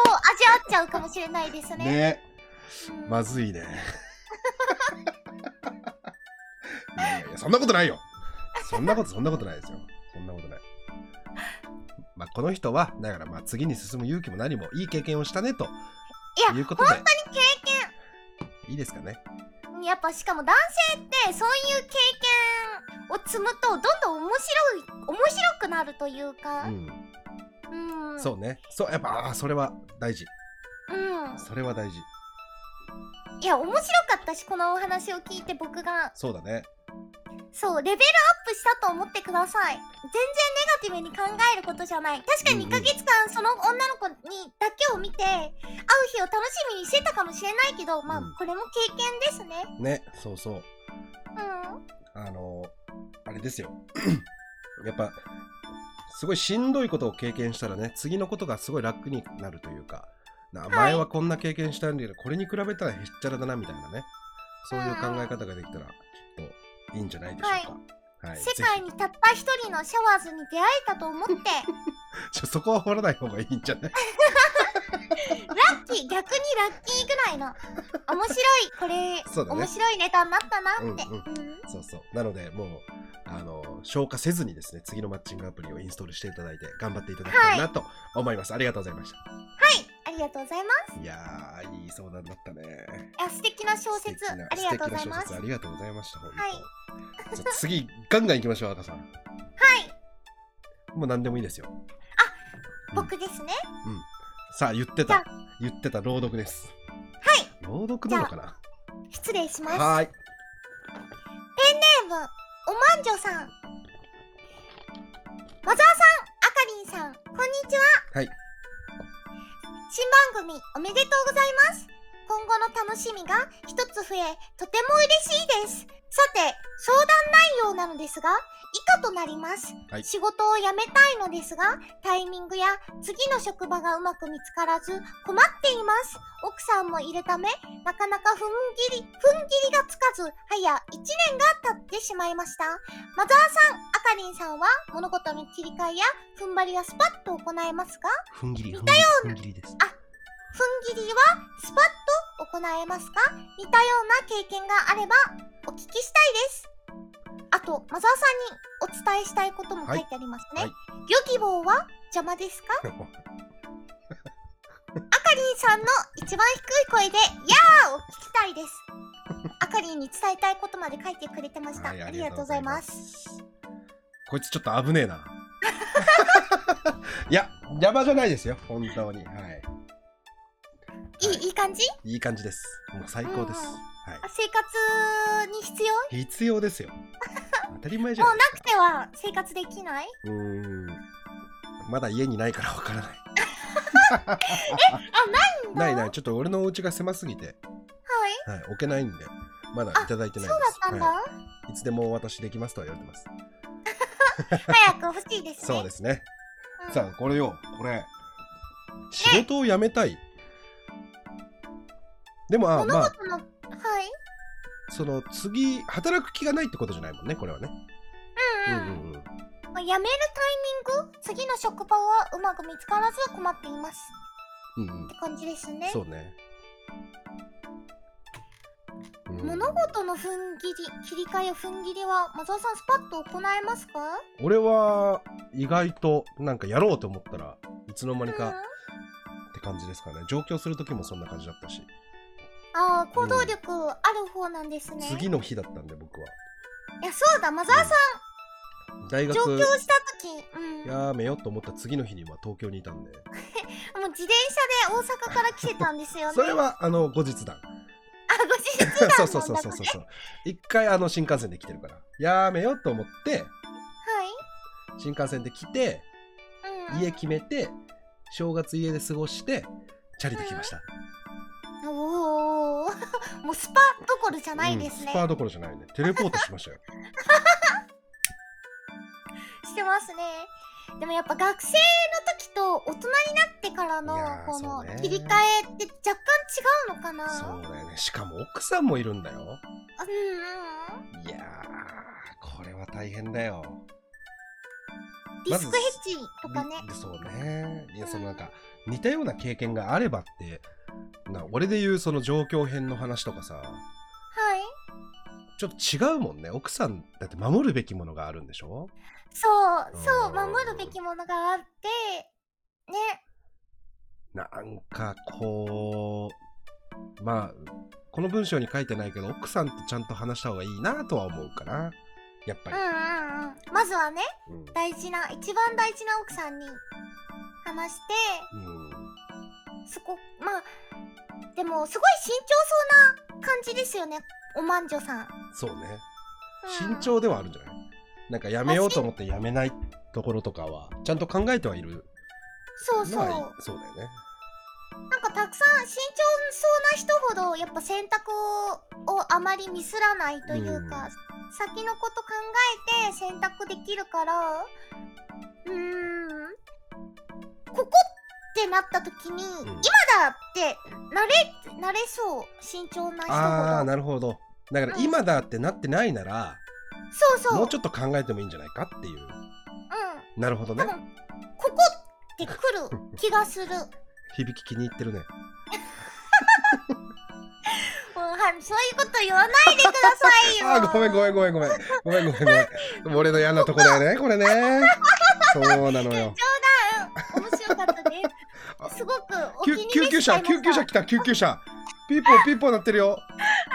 Speaker 2: 味わっちゃうかもしれないですね。
Speaker 1: ね、
Speaker 2: うん
Speaker 1: まずいね。いやいやいや、そんなことないよ。そんなこと、そんなことないですよ。そんなことない。まあ、この人は、だから、まあ、次に進む勇気も何もいい経験をしたねと。
Speaker 2: い
Speaker 1: いう
Speaker 2: や
Speaker 1: ことで。本当に経験。いいですかね。
Speaker 2: やっぱしかも男性ってそういう経験を積むとどんどん面白い面白くなるというか
Speaker 1: う、ん。
Speaker 2: うん、
Speaker 1: そうね。そう、やっぱ、あーそれは大事。
Speaker 2: う、ん、
Speaker 1: それは大事。
Speaker 2: いや面白かったしこのお話を聞いて僕が
Speaker 1: そうだね。
Speaker 2: そうレベルアップしたと思ってください全然ネガティブに考えることじゃない確かに
Speaker 1: う
Speaker 2: 2
Speaker 1: んうん
Speaker 2: ヶ月間その女の子にだけを見て会う日を楽しみにしてたかもしれないけどまあ
Speaker 1: うん
Speaker 2: これも経験ですね
Speaker 1: ね、そうそう。
Speaker 2: うん
Speaker 1: あのーあれですよ。 [clears throat] やっぱ、すごいしんどいことを経験したらね、次のことがすごい楽になるというか、な前はこんな経験したんだけど、これに比べたらへっちゃらだなみたいなね、そういう考え方ができたら、きっといいんじゃないでしょうか。はい。
Speaker 2: 世
Speaker 1: ぜ
Speaker 2: 界にたった一人のシャワーズに出会えたと思って
Speaker 1: ひちょそこは掘らない方がいいんじゃない
Speaker 2: ラ
Speaker 1: [laughs]
Speaker 2: ッキー逆にラッキーぐらいの面白いこれ、
Speaker 1: そうだね
Speaker 2: 面白いネタになったなって、
Speaker 1: うんうん
Speaker 2: うん
Speaker 1: そうそう。なので、もう、あの、消化せずにですね、次のマッチングアプリをインストールしていただいて、頑張っていただきたいなと思います。ありがとうございまし
Speaker 2: ありがとうございま
Speaker 1: た。いやー、いい相談だったね。
Speaker 2: すいや素敵な小説
Speaker 1: 素敵な
Speaker 2: ありがとうござ
Speaker 1: 素
Speaker 2: いま
Speaker 1: 敵な小
Speaker 2: す
Speaker 1: 説ありがとうございました、本当。
Speaker 2: はい。
Speaker 1: じゃあ次、ガンガン行きましょう、赤さん。はいもう何でもいいですよ。
Speaker 2: [laughs] 僕ですね
Speaker 1: さあ、言って
Speaker 2: じゃ
Speaker 1: た、言ってた朗読です。
Speaker 2: はい
Speaker 1: 朗読なのかな
Speaker 2: 失礼します
Speaker 1: はーい。
Speaker 2: ネームおまんじょさんマザーさんあかりんさんこんにちは
Speaker 1: はい。
Speaker 2: 新番組おめでとうございます今後の楽しみが一つ増えとても嬉しいですさて相談内容なのですが以下となります、
Speaker 1: はい
Speaker 2: 仕事を辞めたいのですがタイミングや次の職場がうまく見つからず困っています奥さんもいるためなかなか踏ん切り踏ん切りがつかずはや1年が経ってしまいましたマザーさんあかりんさんは物事の切り替えや踏ん張りはスパッと行えますか
Speaker 1: ふんぎり、
Speaker 2: 似
Speaker 1: ふんぎりふんぎりです。
Speaker 2: 踏ん切りはスパッと行えますか似たような経験があればお聞きしたいですあとマザーさんにお伝えしたいことも書いてありますね、
Speaker 1: はい
Speaker 2: 漁希望は邪魔ですかあかりんさんの一番低い声で「やー!」を聞きたいですあかりんに伝えたいことまで書いてくれてました、
Speaker 1: はい
Speaker 2: ありがとうございます
Speaker 1: す。こいつちょっと危ねえ
Speaker 2: [laughs]
Speaker 1: な。いや、邪魔じゃないですよ、本当に。はい。
Speaker 2: い
Speaker 1: はい
Speaker 2: いい感じ
Speaker 1: いい感じです。もう最高です。
Speaker 2: うん
Speaker 1: は
Speaker 2: あ生活に必要
Speaker 1: い。必要
Speaker 2: [laughs]
Speaker 1: ですよ。当たり前じゃ
Speaker 2: も
Speaker 1: な
Speaker 2: う
Speaker 1: い
Speaker 2: なくては生活できない
Speaker 1: ですか。うーん。まだ家にないからわからない。
Speaker 2: んだ
Speaker 1: ないない、ちょっと俺のお家が狭すぎて、
Speaker 2: はい
Speaker 1: はい、置けないんで、まだいただいて
Speaker 2: そう
Speaker 1: ない
Speaker 2: だ
Speaker 1: です。
Speaker 2: ったんだ、
Speaker 1: はい、いつでもお渡しできますとは言われてます。
Speaker 2: 早く欲しいですね。。
Speaker 1: そうですすね。
Speaker 2: ん、
Speaker 1: さあ、これよ、これ。仕事を辞めたい。でも、あ
Speaker 2: 物
Speaker 1: まあ、
Speaker 2: 事の、はい。
Speaker 1: その次、働く気がないってことじゃないもんね、これはね。
Speaker 2: う
Speaker 1: うんん
Speaker 2: う。
Speaker 1: うんんうん。
Speaker 2: まあ辞めるタイミング次の職場はうまく見つからず困っています
Speaker 1: うんうん
Speaker 2: って感じですね
Speaker 1: そうね。うん
Speaker 2: 物事の踏ん切り切り替えを踏ん切りは松尾さんスパッと行えますか
Speaker 1: 俺は意外となんかやろうと思ったらいつの間にかって感じですかね上京する時もそんな感じだったし、
Speaker 2: ああ行動力ある方なんですね、
Speaker 1: 次の日だったんで僕はい
Speaker 2: やそうだ松尾さん
Speaker 1: 大学
Speaker 2: 上京した時、うん、も
Speaker 1: やめようと思った次の日には東京にいたんで
Speaker 2: う自転車で大阪から来てたんですよ
Speaker 1: [laughs]
Speaker 2: ね
Speaker 1: それはあの後日談
Speaker 2: あご自身で
Speaker 1: [laughs] そうそうそうそうそうそう一回あの新幹線で来てるからやめようと思って新幹線で来て
Speaker 2: はい、うん、
Speaker 1: 家決めて正月家で過ごしてチャリで来ました、
Speaker 2: おお [laughs] もうスパどころじゃないです
Speaker 1: うん
Speaker 2: ね、
Speaker 1: スパーどころじゃないねテレポートしましたよ
Speaker 2: してますねでもやっぱ学生の時と大人になってからの
Speaker 1: いやー
Speaker 2: この
Speaker 1: そうね
Speaker 2: 切り替えって若 [laughs] 干違うのかな
Speaker 1: そうだよねしかも奥さんもいるんだよ
Speaker 2: あうんうん
Speaker 1: いやー、これは大変だよ。
Speaker 2: リスクヘッジとかね、
Speaker 1: でそうね。いや、そのなんか、似たような経験があればって、な俺で言うその状況編の話とかさ、
Speaker 2: はい
Speaker 1: ちょっと違うもんね。奥さん、だって守るべきものがあるんでしょ
Speaker 2: そうそう
Speaker 1: うん
Speaker 2: 守るべきものがあってね
Speaker 1: なんか、こう、まあ、この文章に書いてないけど、奥さんとちゃんと話した方がいいなとは思うかな。やっぱ
Speaker 2: う
Speaker 1: り
Speaker 2: ん。うんうんまずはね
Speaker 1: うん。
Speaker 2: 大事な一番大事な奥さんに話して
Speaker 1: うん
Speaker 2: そこまあでもすごい慎重そうな感じですよねおまんじょさん、
Speaker 1: そうね。
Speaker 2: うん
Speaker 1: 慎重ではあるんじゃないなんかやめようと思ってやめないところとかはちゃんと考えてはいる
Speaker 2: そう
Speaker 1: の
Speaker 2: そう、
Speaker 1: はいそうだよね。
Speaker 2: なんかたくさん慎重そうな人ほどやっぱ選択ををあまりミスらないというか、先のこと考えて選択できるからうーんここってなった時に、
Speaker 1: ん
Speaker 2: 今だってなれなれそう慎重な人
Speaker 1: ああ
Speaker 2: ほど
Speaker 1: なるほど。だから
Speaker 2: うん
Speaker 1: 今だってなってないなら、
Speaker 2: そうそう
Speaker 1: もうちょっと考えてもいいんじゃないかっていう。
Speaker 2: う
Speaker 1: なるほどね
Speaker 2: ん多。分ここって来る気がするうんは
Speaker 1: 響き気に入ってるね。
Speaker 2: いそういうこと言わないでくださいよ
Speaker 1: [laughs] あーごめんごめんごめんごめん。ごめんごめんごめん。俺の嫌なとこだよねこれね。そうなのよ。
Speaker 2: 面白かった
Speaker 1: [laughs]
Speaker 2: です。すごく [laughs] お気
Speaker 1: 救
Speaker 2: に
Speaker 1: 救急車救急車
Speaker 2: あ
Speaker 1: 来た救急車。ピーポーピーポーなってるよ。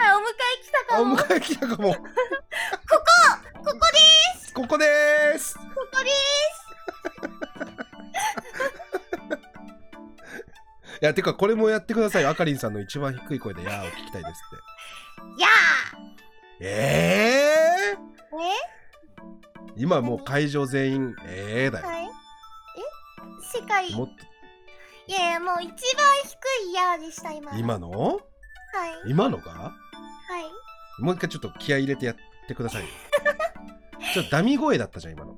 Speaker 2: お迎え来た
Speaker 1: あ
Speaker 2: か
Speaker 1: お
Speaker 2: も。こ
Speaker 1: 迎え来たかも。
Speaker 2: ここです。
Speaker 1: ここでーす。
Speaker 2: ここです。
Speaker 1: いやてかこれもやってくださいあかりんさんの一番低い声で「やー」を聞きたいですって
Speaker 2: いや
Speaker 1: えー、
Speaker 2: ー。え
Speaker 1: 今もう会場全員「えー」だよ
Speaker 2: はい。え世界。い
Speaker 1: もっと
Speaker 2: やいやもう一番低いやーでした今。はい。
Speaker 1: 今の
Speaker 2: はい。
Speaker 1: 今のがもう一回ちょっと気合い入れてやってくだ
Speaker 2: [laughs]
Speaker 1: さいよちょっとダミ声だったじゃん今の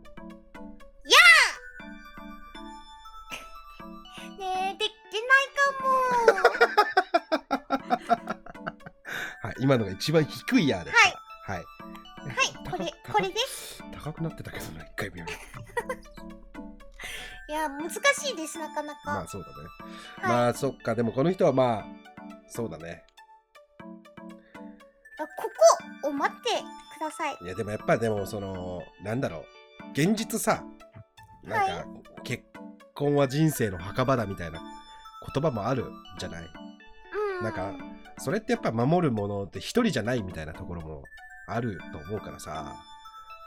Speaker 2: ねえでき
Speaker 1: [laughs]
Speaker 2: ないかも。
Speaker 1: はい今のが一番低いやーでしたはい、
Speaker 2: はいこれこれです。
Speaker 1: 高くなってたけどな一回目より
Speaker 2: いや難しいですなかなか。
Speaker 1: まあそうだね、
Speaker 2: はい。
Speaker 1: まあそっかでもこの人はまあそうだね
Speaker 2: ここを待ってください。
Speaker 1: いやでもやっぱでもそのなんだろう現実さなんか、
Speaker 2: は
Speaker 1: 結婚は人生の墓場だみたいな言葉もあるじゃない
Speaker 2: うん。
Speaker 1: なんかそれってやっぱ守るものって一人じゃないみたいなところもあると思うからさ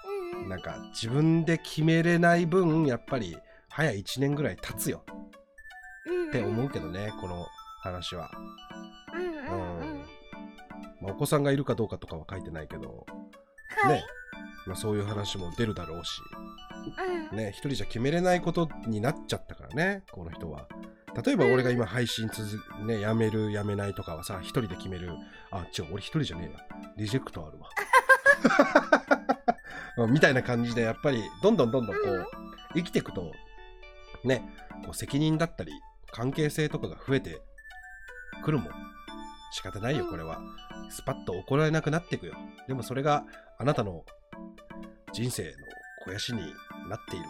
Speaker 2: うんうん。
Speaker 1: なんか自分で決めれない分やっぱり早1年ぐらい経つよ
Speaker 2: うん
Speaker 1: って思うけど。ねこの話は、
Speaker 2: うんうんうん
Speaker 1: う
Speaker 2: うんん。
Speaker 1: まあ、お子さんがいるかどうかとかは書いてないけど、
Speaker 2: はい。
Speaker 1: ねまあ、そういう話も出るだろうし
Speaker 2: うん。
Speaker 1: ね、一人じゃ決めれないことになっちゃったからね、この人は。例えば俺が今配信続く、ね、やめる、やめないとかはさ、一人で
Speaker 2: [laughs]
Speaker 1: 決める。あ、違う、俺一人じゃねえや。リジェクトあるわ。みたいな感じでやっぱりどんどんどんどんこ
Speaker 2: うん
Speaker 1: う生きていくとねこう責任だったり関係性とかが増えてくるもん仕方ないよ
Speaker 2: うん
Speaker 1: これはスパッと怒られなくなっていくよでもそれがあなたの人生の肥やしになっている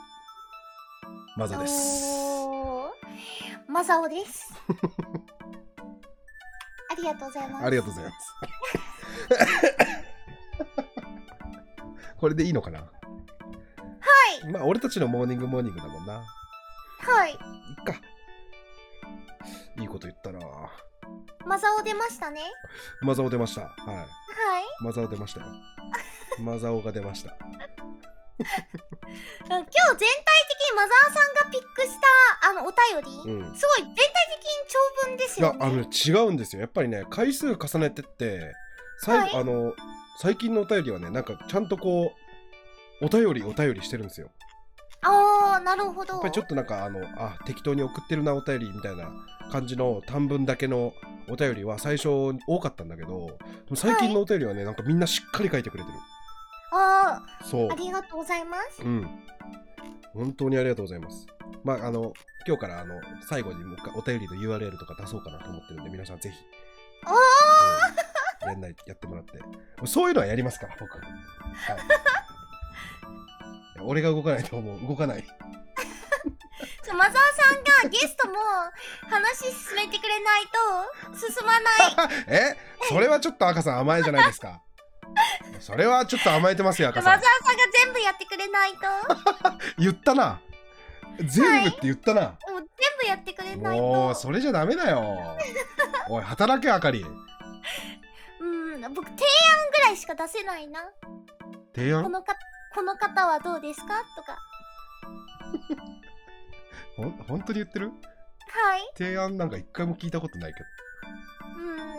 Speaker 1: マザです
Speaker 2: おーマサオです。 [laughs] ありがとうございます。
Speaker 1: ありがとうございます [laughs] これでいいのかなはいまあ俺たちのモーニングモーニングだもんな
Speaker 2: はい。
Speaker 1: いっかいいこと言ったな
Speaker 2: マサオ出ましたね。
Speaker 1: マザオ出ましたはい
Speaker 2: はい。
Speaker 1: マザオ出ま [laughs] したよ。マザオが出ました。
Speaker 2: 今日全体的にマザーさんがピックしたあのお便
Speaker 1: う
Speaker 2: り、
Speaker 1: ん。
Speaker 2: すごい全体的に長文です
Speaker 1: い
Speaker 2: よ
Speaker 1: や
Speaker 2: ね。、
Speaker 1: あの、違うんですよ。やっぱりね、回数重ねてって、最後、
Speaker 2: は
Speaker 1: あの、最近のお便りはね、なんかちゃんとこう、お便りお便りしてるんですよ。
Speaker 2: あー、なるほど。
Speaker 1: やっぱりちょっとなんかあの、あ、適当に送ってるなお便りみたいな感じの短文だけのお便りは最初多かったんだけど、最近のお便りはね、なんかみんなしっかり書いてくれてる。
Speaker 2: あ
Speaker 1: そう
Speaker 2: ー、あ。りがとうございます。
Speaker 1: うん。本当にありがとうございます。まあ、あの、今日からあの最後にもう一回お便りの URL とか出そうかなと思ってるんで、皆さんぜひ。
Speaker 2: おー
Speaker 1: うんやんないやってもらって。そういうのはやりますから、僕。はい、俺が動かないと思う。動かない。 [laughs]
Speaker 2: そうマザーさんがゲストも話進めてくれないと進まない。
Speaker 1: えそれはちょっと赤さん甘えじゃないですか。それはちょっと甘えてますよ、
Speaker 2: マザ
Speaker 1: 赤
Speaker 2: ーさ
Speaker 1: さ
Speaker 2: ん
Speaker 1: ん
Speaker 2: が。全部やってくれないと、
Speaker 1: 言ったな。全部って言ったな。
Speaker 2: もう全部やってくれない
Speaker 1: もう、
Speaker 2: と。
Speaker 1: それじゃダメだよ。おい、働け、あかり。
Speaker 2: うん、僕提案ぐらいしか出せないな。
Speaker 1: 提案
Speaker 2: このかこの方はどうですかとか。
Speaker 1: ほん本当に言ってる
Speaker 2: はい。
Speaker 1: 提案なんか一回も聞いたことないけ
Speaker 2: うん、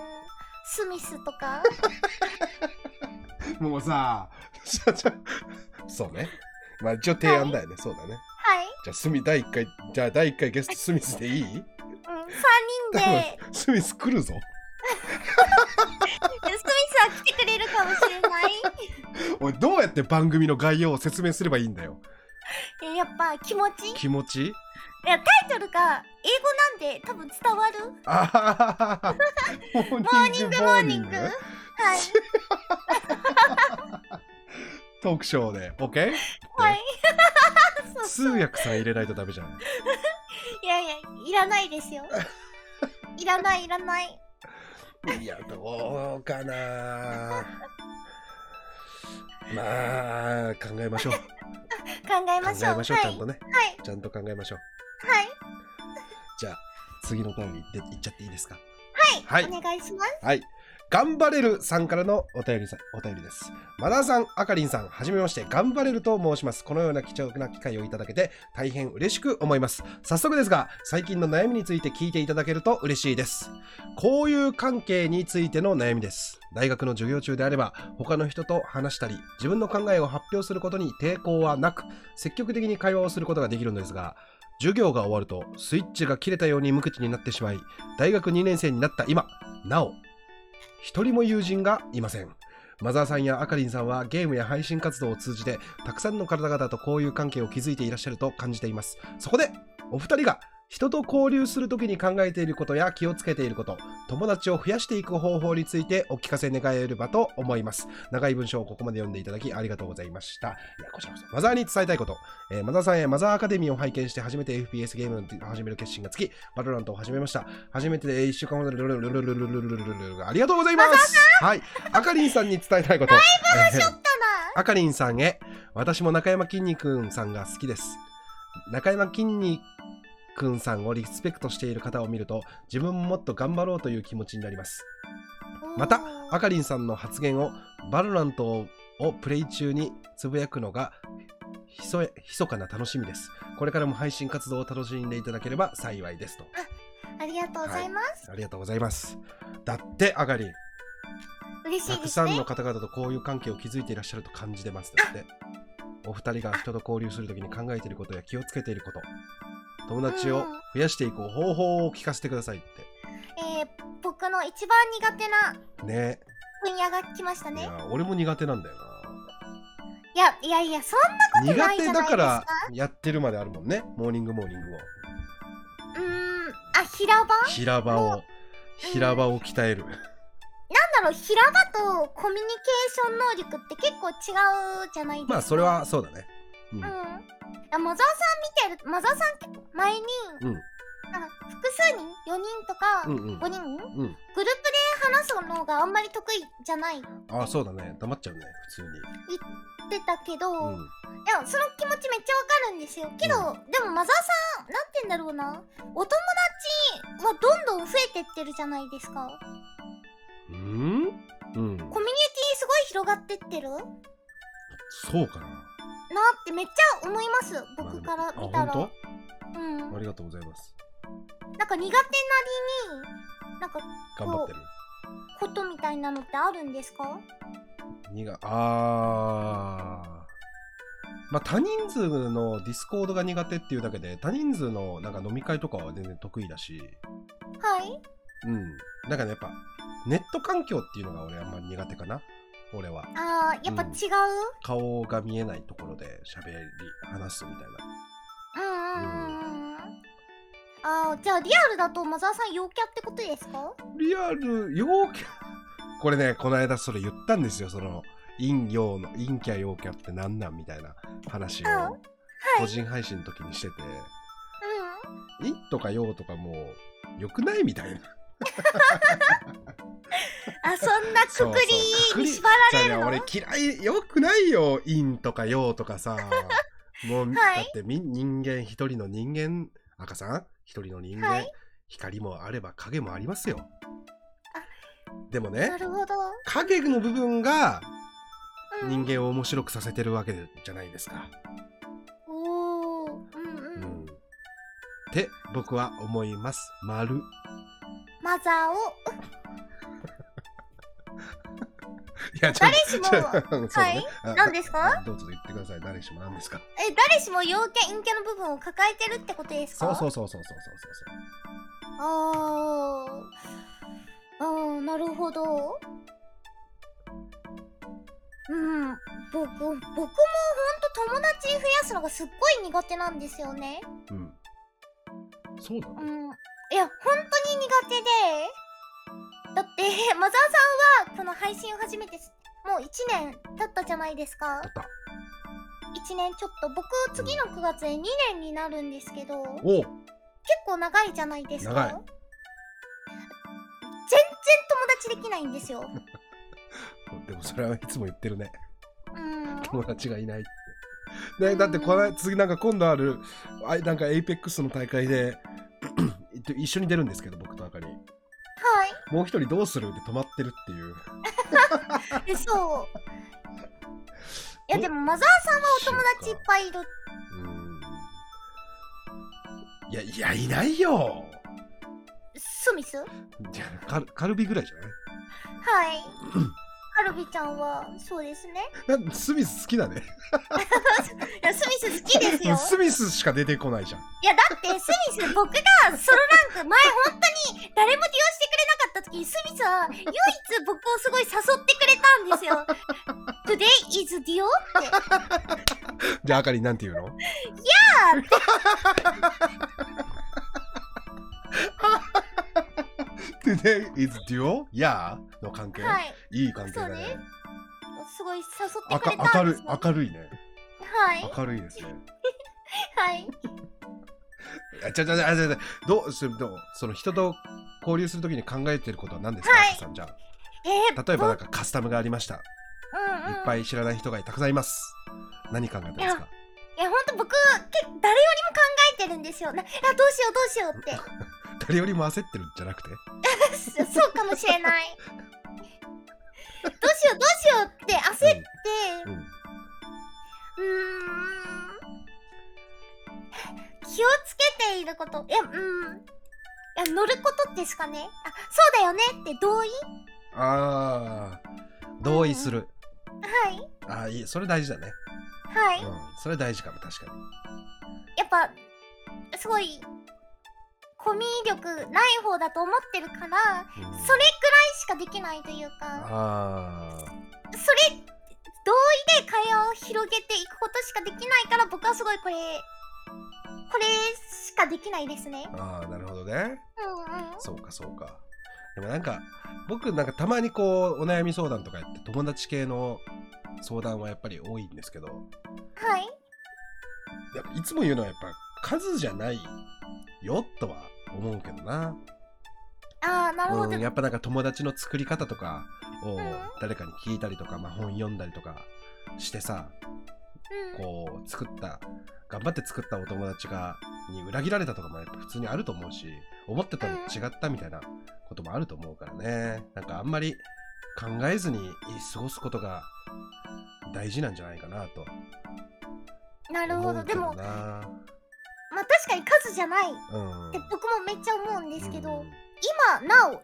Speaker 2: スミスとか。
Speaker 1: [laughs] どもうさそうねまあ一応提案だよね、そうだね
Speaker 2: はい。
Speaker 1: じゃあスミ第1回じゃあ第1回ゲストスミスでいい
Speaker 2: うん、3人で、
Speaker 1: スミス来るぞ
Speaker 2: スミスは来てくれるかもしれない。
Speaker 1: おいどうやって番組の概要を説明すればいいんだよ
Speaker 2: えやっぱ気持ちい
Speaker 1: 気持ち
Speaker 2: やタイトルが英語なんで多分伝わる。
Speaker 1: あははは [laughs] はモーニングモーニング
Speaker 2: モーニングはい。
Speaker 1: トークショーで OK?
Speaker 2: はい。そ
Speaker 1: 通
Speaker 2: うそう
Speaker 1: 訳さん入れないとダメじゃない
Speaker 2: いやいや、いらない
Speaker 1: [laughs]
Speaker 2: ですよ。いらない、いらない。
Speaker 1: いや、どうかな。 [laughs] まあ、考えましょう。考
Speaker 2: 考え
Speaker 1: え
Speaker 2: ましょう。
Speaker 1: ましょう、
Speaker 2: はい。
Speaker 1: ちゃ
Speaker 2: は
Speaker 1: んとね。
Speaker 2: い。
Speaker 1: ちゃんと考えましょう。
Speaker 2: はい。
Speaker 1: じゃあ、次のターンに行って行っちゃっていいですか。
Speaker 2: は。
Speaker 1: はいい
Speaker 2: お願いします。
Speaker 1: はい。頑張れるさんからのお便りさお便りです。マダーさん、あかりんさん、はじめまして、頑張れると申します。このような貴重な機会をいただけて、大変嬉しく思います。早速ですが、最近の悩みについて聞いていただけると嬉しいです。交友関係についての悩みです。大学の授業中であれば、他の人と話したり、自分の考えを発表することに抵抗はなく、積極的に会話をすることができるのですが、授業が終わると、スイッチが切れたように無口になってしまい、大学2年生になった今、なお、一人も友人がいません。マザーさんやあかりんさんはゲームや配信活動を通じてたくさんの方々と交友関係を築いていらっしゃると感じています。そこでお二人が人と交流するときに考えていることや気をつけていること、友達を増やしていく方法についてお聞かせ願えればと思います。長い文章をここまで読んでいただきありがとうございました。いや、こちらこそ。マザーに伝えたいこと。えーマザーさんへマザーアカデミーを拝見して初めて FPS ゲームを始める決心がつき、バロラントを始めました。初めてで1週間ほどルルルルルルルルルルルルルありがとうございますはいあかりんさんに伝えたいこと
Speaker 2: だな。
Speaker 1: あかりんさんへ私も中山きんに君さんが好きです中山きんに君さんをリスペクトしている方を見ると自分ももっと頑張ろうという気持ちになりますまたあかりんさんの発言をバロラントををプレイ中につぶやくのがひそひそかな楽しみですこれからも配信活動を楽しんでいただければ幸いですと
Speaker 2: ありがとうございます。
Speaker 1: ありがとうございますだってあかりん
Speaker 2: 嬉したいで
Speaker 1: く
Speaker 2: す
Speaker 1: さん
Speaker 2: ね
Speaker 1: の。方々と交友関係を築いていらっしゃると感じてますだってお二人が人と交流するときに考えていることや気をつけていること友達を増やしていく方法を聞かせてくださいっ
Speaker 2: えー、僕の一番苦手な
Speaker 1: てね
Speaker 2: 分野が来ました
Speaker 1: い
Speaker 2: ね。
Speaker 1: や俺も苦手なんだよ
Speaker 2: いやいやいやそんなこと
Speaker 1: 苦
Speaker 2: ないじ
Speaker 1: 手だ
Speaker 2: ゃないです
Speaker 1: か
Speaker 2: から
Speaker 1: やってるまであるもんねモーニングモーニングを
Speaker 2: うーんあ平場なん
Speaker 1: 平場を平場を鍛える
Speaker 2: だろう平場とコミュニケーション能力って結構違うじゃないですか
Speaker 1: まあそれはそうだねう
Speaker 2: うん
Speaker 1: ん
Speaker 2: あマザーさん見てるマザーさん結構前に、
Speaker 1: うん
Speaker 2: なんか複数人4人とか
Speaker 1: うんうん
Speaker 2: 5人、
Speaker 1: うん
Speaker 2: グループで話すのがあんまり得意じゃないって
Speaker 1: ああそうだね黙っちゃうね普通に
Speaker 2: 言ってたけど、
Speaker 1: う
Speaker 2: い
Speaker 1: ん
Speaker 2: やその気持ちめっちゃわかるんですよけど、でもマザーさんなんて言うんだろうなお友達はどんどん増えてってるじゃないですか
Speaker 1: うん、うん、
Speaker 2: コミュニティすごい広がってってるなー
Speaker 1: そうかな
Speaker 2: ってめっちゃ思います僕から見た
Speaker 1: あ
Speaker 2: ら、
Speaker 1: 本
Speaker 2: うん
Speaker 1: 当ありがとうございます
Speaker 2: なんか苦手なりになんか
Speaker 1: 頑張ってる
Speaker 2: ことみたいなのってあるんですか
Speaker 1: 苦あーまあ多人数のディスコードが苦手っていうだけで多人数のなんか飲み会とかは全然得意だし
Speaker 2: はい
Speaker 1: うんなんかねやっぱネット環境っていうのが俺あんまり苦手かな俺は
Speaker 2: あーやっぱ違う、
Speaker 1: 顔が見えないところで喋り話すみたいな
Speaker 2: うん、うんうんうんあーじゃあリアルだとマザーさん陽キャってことですか
Speaker 1: リアル陽キャ [laughs] これねこの間それ言ったんですよその陰陽の陰キャ陽キャってなんなんみたいな話を
Speaker 2: うんはい
Speaker 1: 個人配信の時にしてて、
Speaker 2: うん
Speaker 1: 陰とか陽とかもう良くないみ
Speaker 2: [laughs]
Speaker 1: たいな
Speaker 2: あそんなくくりに縛られるの
Speaker 1: そうそうくくりじゃあね俺嫌い良くないよ陰とか陽とか
Speaker 2: [laughs]
Speaker 1: さもう、
Speaker 2: はい
Speaker 1: だってみ人間一人の人間赤さん一人の人間、
Speaker 2: はい
Speaker 1: 光もあれば影もありますよでもね
Speaker 2: なるほど、
Speaker 1: 影の部分が
Speaker 2: うん、
Speaker 1: 人間を面白くさせてるわけじゃないですか、
Speaker 2: おおうん
Speaker 1: う
Speaker 2: うん
Speaker 1: っ
Speaker 2: ん、
Speaker 1: て僕は思います丸
Speaker 2: マザーを
Speaker 1: いやちょっ
Speaker 2: 誰しも
Speaker 1: とうんそうだねあ
Speaker 2: 何ですか
Speaker 1: どうぞ言ってください誰しも何ですか
Speaker 2: え誰しも陽キャ陰キャの部分を抱えてるってことですか
Speaker 1: そうそううそうそうそうそうそう
Speaker 2: あーあーなるほどうん僕僕もほんと友達増やすのがすっごい苦手なんですよね
Speaker 1: そううんそうだ、
Speaker 2: うんいや本当に苦手でだって [laughs] マザーさんはこの配信を始めてすもう1年経ったじゃないですか
Speaker 1: だった
Speaker 2: 1年ちょっと僕次の9月で2年になるんですけど結
Speaker 1: お
Speaker 2: 構長いじゃないですか
Speaker 1: 長い
Speaker 2: 全然友達できないんですよ
Speaker 1: でもそれはいつも言ってるね
Speaker 2: うん
Speaker 1: 友達がいないって、ね、だってこれ次なんか今度あるあなんかエイペックスの大会で [clears throat] 一緒に出るんですけど僕とあかり
Speaker 2: はい
Speaker 1: もう一人どうするって止まってるっていう [laughs]
Speaker 2: えそういやでもマザーさんはお友達いっぱいいる
Speaker 1: うんいやいやいないよ
Speaker 2: ス
Speaker 1: [laughs]
Speaker 2: ミスはい
Speaker 1: じゃあカルカルビぐらいじゃ
Speaker 2: カルビちゃんはそうですね
Speaker 1: ないなんスミス好きだね
Speaker 2: いやスミス好きですよ
Speaker 1: スミスしか出てこないじゃん
Speaker 2: いやだってスミス僕がソロランク前本当に誰も利用してくれなかった時にスミスは唯一僕をすごい誘ってくれたんです
Speaker 1: [laughs]
Speaker 2: よ。Today is Dio? って。あ
Speaker 1: じゃああかりなんて言うの
Speaker 2: ーって
Speaker 1: 「Today [laughs] is Duo? Yeah」の関係、、
Speaker 2: はいい。
Speaker 1: い関係だね
Speaker 2: そうねすごい誘って
Speaker 1: あ
Speaker 2: くれ
Speaker 1: か
Speaker 2: た
Speaker 1: 明
Speaker 2: ん
Speaker 1: る
Speaker 2: で
Speaker 1: い
Speaker 2: すよ。
Speaker 1: 明るいね
Speaker 2: はい。
Speaker 1: 明るいですね
Speaker 2: はい。
Speaker 1: あちゃちゃちゃちゃちゃどうするどうその人と交流するときに考えてることは何ですか、
Speaker 2: はい
Speaker 1: 赤さんじゃ
Speaker 2: え
Speaker 1: あ例えばなん
Speaker 2: ぼ
Speaker 1: かカスタムがありましたいっ
Speaker 2: うんうん、
Speaker 1: ぱい知らない人がたくさんいます何考えてますか
Speaker 2: いや、ほんと僕、け誰よりも考えてるんですよ。なあ、どうしようどうしようって。 [laughs]
Speaker 1: 誰よりも焦ってるんじゃなくて
Speaker 2: そうかもしれない。どうしようどうしようって焦って、
Speaker 1: うんうん
Speaker 2: うーん気をつけていることいやうんいや乗ることですかねあそうだよねって同意
Speaker 1: あー同意する、
Speaker 2: はい
Speaker 1: ああいいそれ大事だね、
Speaker 2: はい
Speaker 1: うん、それ大事かも確かに
Speaker 2: やっぱすごいコミュ力ない方だと思ってるから
Speaker 1: うん
Speaker 2: それぐらいしかできないというか
Speaker 1: あ
Speaker 2: それ同意で会話を広げていくことしかできないから僕はすごいこれこれしかできないですね
Speaker 1: ああなるほどね
Speaker 2: うんうん
Speaker 1: そうかそうかでもなんか僕なんかたまにこうお悩み相談とかやって友達系の相談はやっぱり多いんですけど
Speaker 2: はい
Speaker 1: やっぱいつも言うのはやっぱ数じゃないよとは思うけどな
Speaker 2: ああなるほど、
Speaker 1: うん、やっぱなんか友達の作り方とかを
Speaker 2: うん
Speaker 1: 誰かに聞いたりとか、まあ、本読んだりとかしてさ
Speaker 2: うん
Speaker 1: こう作った頑張って作ったお友達がに裏切られたとかもやっぱ普通にあると思うし思ってたのと違ったみたいなこともあると思うからねなんかあんまり考えずに過ごすことが大事なんじゃないかなと
Speaker 2: なるほ
Speaker 1: 思
Speaker 2: ど
Speaker 1: うけ
Speaker 2: でも
Speaker 1: どな
Speaker 2: まあ確かに数じゃないっ
Speaker 1: うん
Speaker 2: て僕もめっちゃ思うんですけど、
Speaker 1: うん
Speaker 2: 今なお友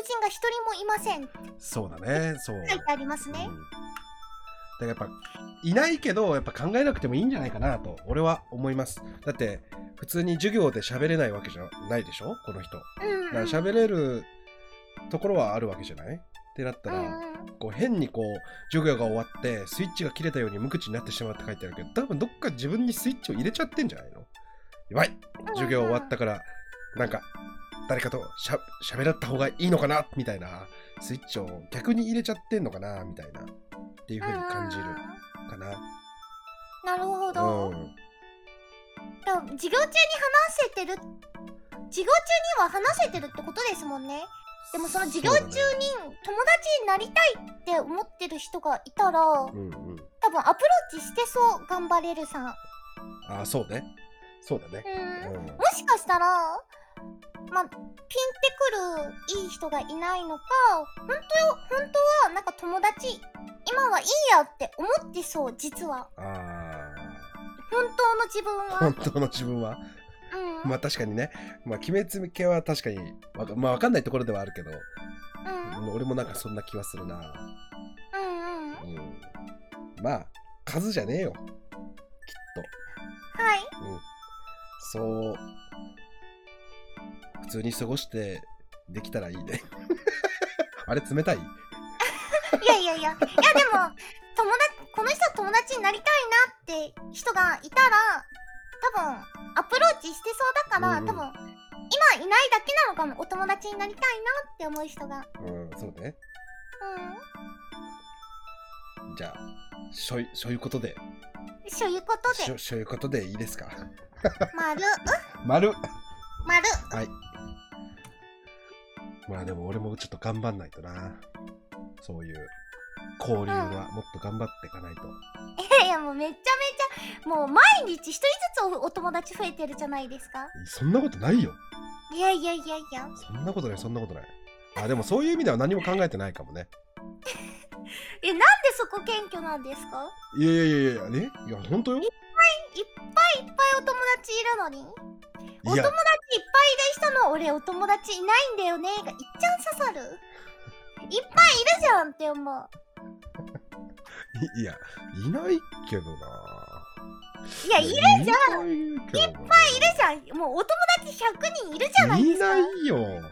Speaker 2: 人が一人もいませんって
Speaker 1: そうだねそう
Speaker 2: 書いてありますね
Speaker 1: うん、だからやっぱいないけどやっぱ考えなくてもいいんじゃないかなと俺は思いますだって普通に授業で喋れないわけじゃないでしょこの人だ
Speaker 2: うんうん、
Speaker 1: から喋れるところはあるわけじゃないってなったら、
Speaker 2: うんうん
Speaker 1: こう変にこう授業が終わってスイッチが切れたように無口になってしまうって書いてあるけど多分どっか自分にスイッチを入れちゃってんじゃないのやばい授業終わったからなんか誰かとしゃ喋らった方がいいのかなみたいなスイッチを逆に入れちゃってんのかなみたいなっていう風に感じる
Speaker 2: うんうん
Speaker 1: かな
Speaker 2: なるほど、
Speaker 1: うん
Speaker 2: だから授業中に話せてる授業中には話せてるってことですもんねでもその授業中に
Speaker 1: そう
Speaker 2: 友達
Speaker 1: だね
Speaker 2: になりたいって思ってる人がいたら多
Speaker 1: うんうん
Speaker 2: 分アプローチしてそう頑張れるさん、うん、も
Speaker 1: ああそうねそうだねうん
Speaker 2: しかしたらまあピンってくるいい人がいないのか本当よ本当はなんか友達今はいいやって思ってそう実は
Speaker 1: あ
Speaker 2: 本当の自分
Speaker 1: あ
Speaker 2: は
Speaker 1: 本当の自分は
Speaker 2: うん
Speaker 1: まあ確かにねまあ鬼滅系は確かにわかまあわかんないところではあるけど
Speaker 2: うん
Speaker 1: うん俺もなんかそんな気はするな。
Speaker 2: うんうん
Speaker 1: うん、まあ、数じゃねえよ。きっ
Speaker 2: はい
Speaker 1: と。うん、そう、普通に過ごしてできたらいいね。 [laughs] あれ、冷たい
Speaker 2: いやいやいや、いやでも、友達、この人は友達になりたいなって人がいたら、多分、アプローチしてそうだから、
Speaker 1: うんうん
Speaker 2: 多分、今いないだけなのかも、お友達になりたいなって思う人が。
Speaker 1: うん、そうね。
Speaker 2: う
Speaker 1: じゃあ、しょい、そういうことで、
Speaker 2: ん。そういうこと
Speaker 1: し
Speaker 2: で、
Speaker 1: ょ、そういうことでいいですか。 [laughs]
Speaker 2: 丸、
Speaker 1: 丸
Speaker 2: 丸。
Speaker 1: はい。まあでも俺もちょっと頑張んないとな。そういう交流はもっと頑張っていかないと。
Speaker 2: い [laughs] やいや、もうめちゃめちゃ、もう毎日一人ずつおお友達増えてるじゃないですか。
Speaker 1: そんなことないよ。
Speaker 2: いやいやいやいや。
Speaker 1: そんなことない、そんなことない。あ、でもそういう意味では何も考えてないかもね。
Speaker 2: え、なんでそこ謙虚なんですか
Speaker 1: いやいやいやいや、ね、いや、本当よ。
Speaker 2: いっぱいいっぱいお友達いるのに。お
Speaker 1: いや
Speaker 2: 友達いっぱ、いいる人の俺お友達いないんだよねがいっちゃん刺さるいっぱいいるじゃんって思う
Speaker 1: いいや、いないけどな。
Speaker 2: いやいるじ
Speaker 1: じゃん。いっぱいいる
Speaker 2: ゃんもうお友達100人いるじゃないですか
Speaker 1: いないよ。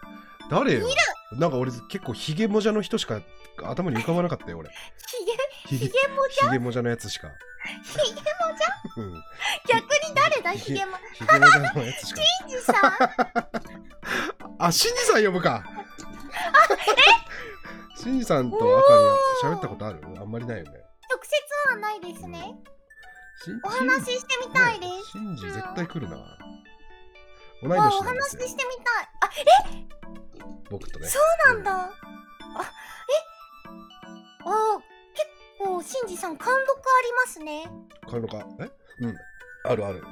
Speaker 1: 誰よ。なんか俺結構ヒゲもじゃの人しか頭に浮かばなかったよ、俺。
Speaker 2: ひげ
Speaker 1: ヒ
Speaker 2: ひげ
Speaker 1: ゲ
Speaker 2: も
Speaker 1: ヒゲもじゃのやつしか。
Speaker 2: ひげも
Speaker 1: うん。
Speaker 2: 逆に誰
Speaker 1: [laughs]
Speaker 2: だひげも
Speaker 1: ヒゲもじゃのやつしか。
Speaker 2: じさん
Speaker 1: あ、シンジさん呼ぶか。シンジさんと
Speaker 2: おー
Speaker 1: 赤に喋ったことあるあんまりないよね。
Speaker 2: 直接はないですね
Speaker 1: しん
Speaker 2: お話ししてみたいで
Speaker 1: ね
Speaker 2: す
Speaker 1: シンジ絶対来るな。同い
Speaker 2: わあ
Speaker 1: 年
Speaker 2: お
Speaker 1: なんで
Speaker 2: 話し
Speaker 1: す
Speaker 2: して
Speaker 1: よ
Speaker 2: み、たい
Speaker 1: 僕とね。
Speaker 2: あなんだあえあ結構しんじさん貫禄ありますね
Speaker 1: このかえうん。あるある。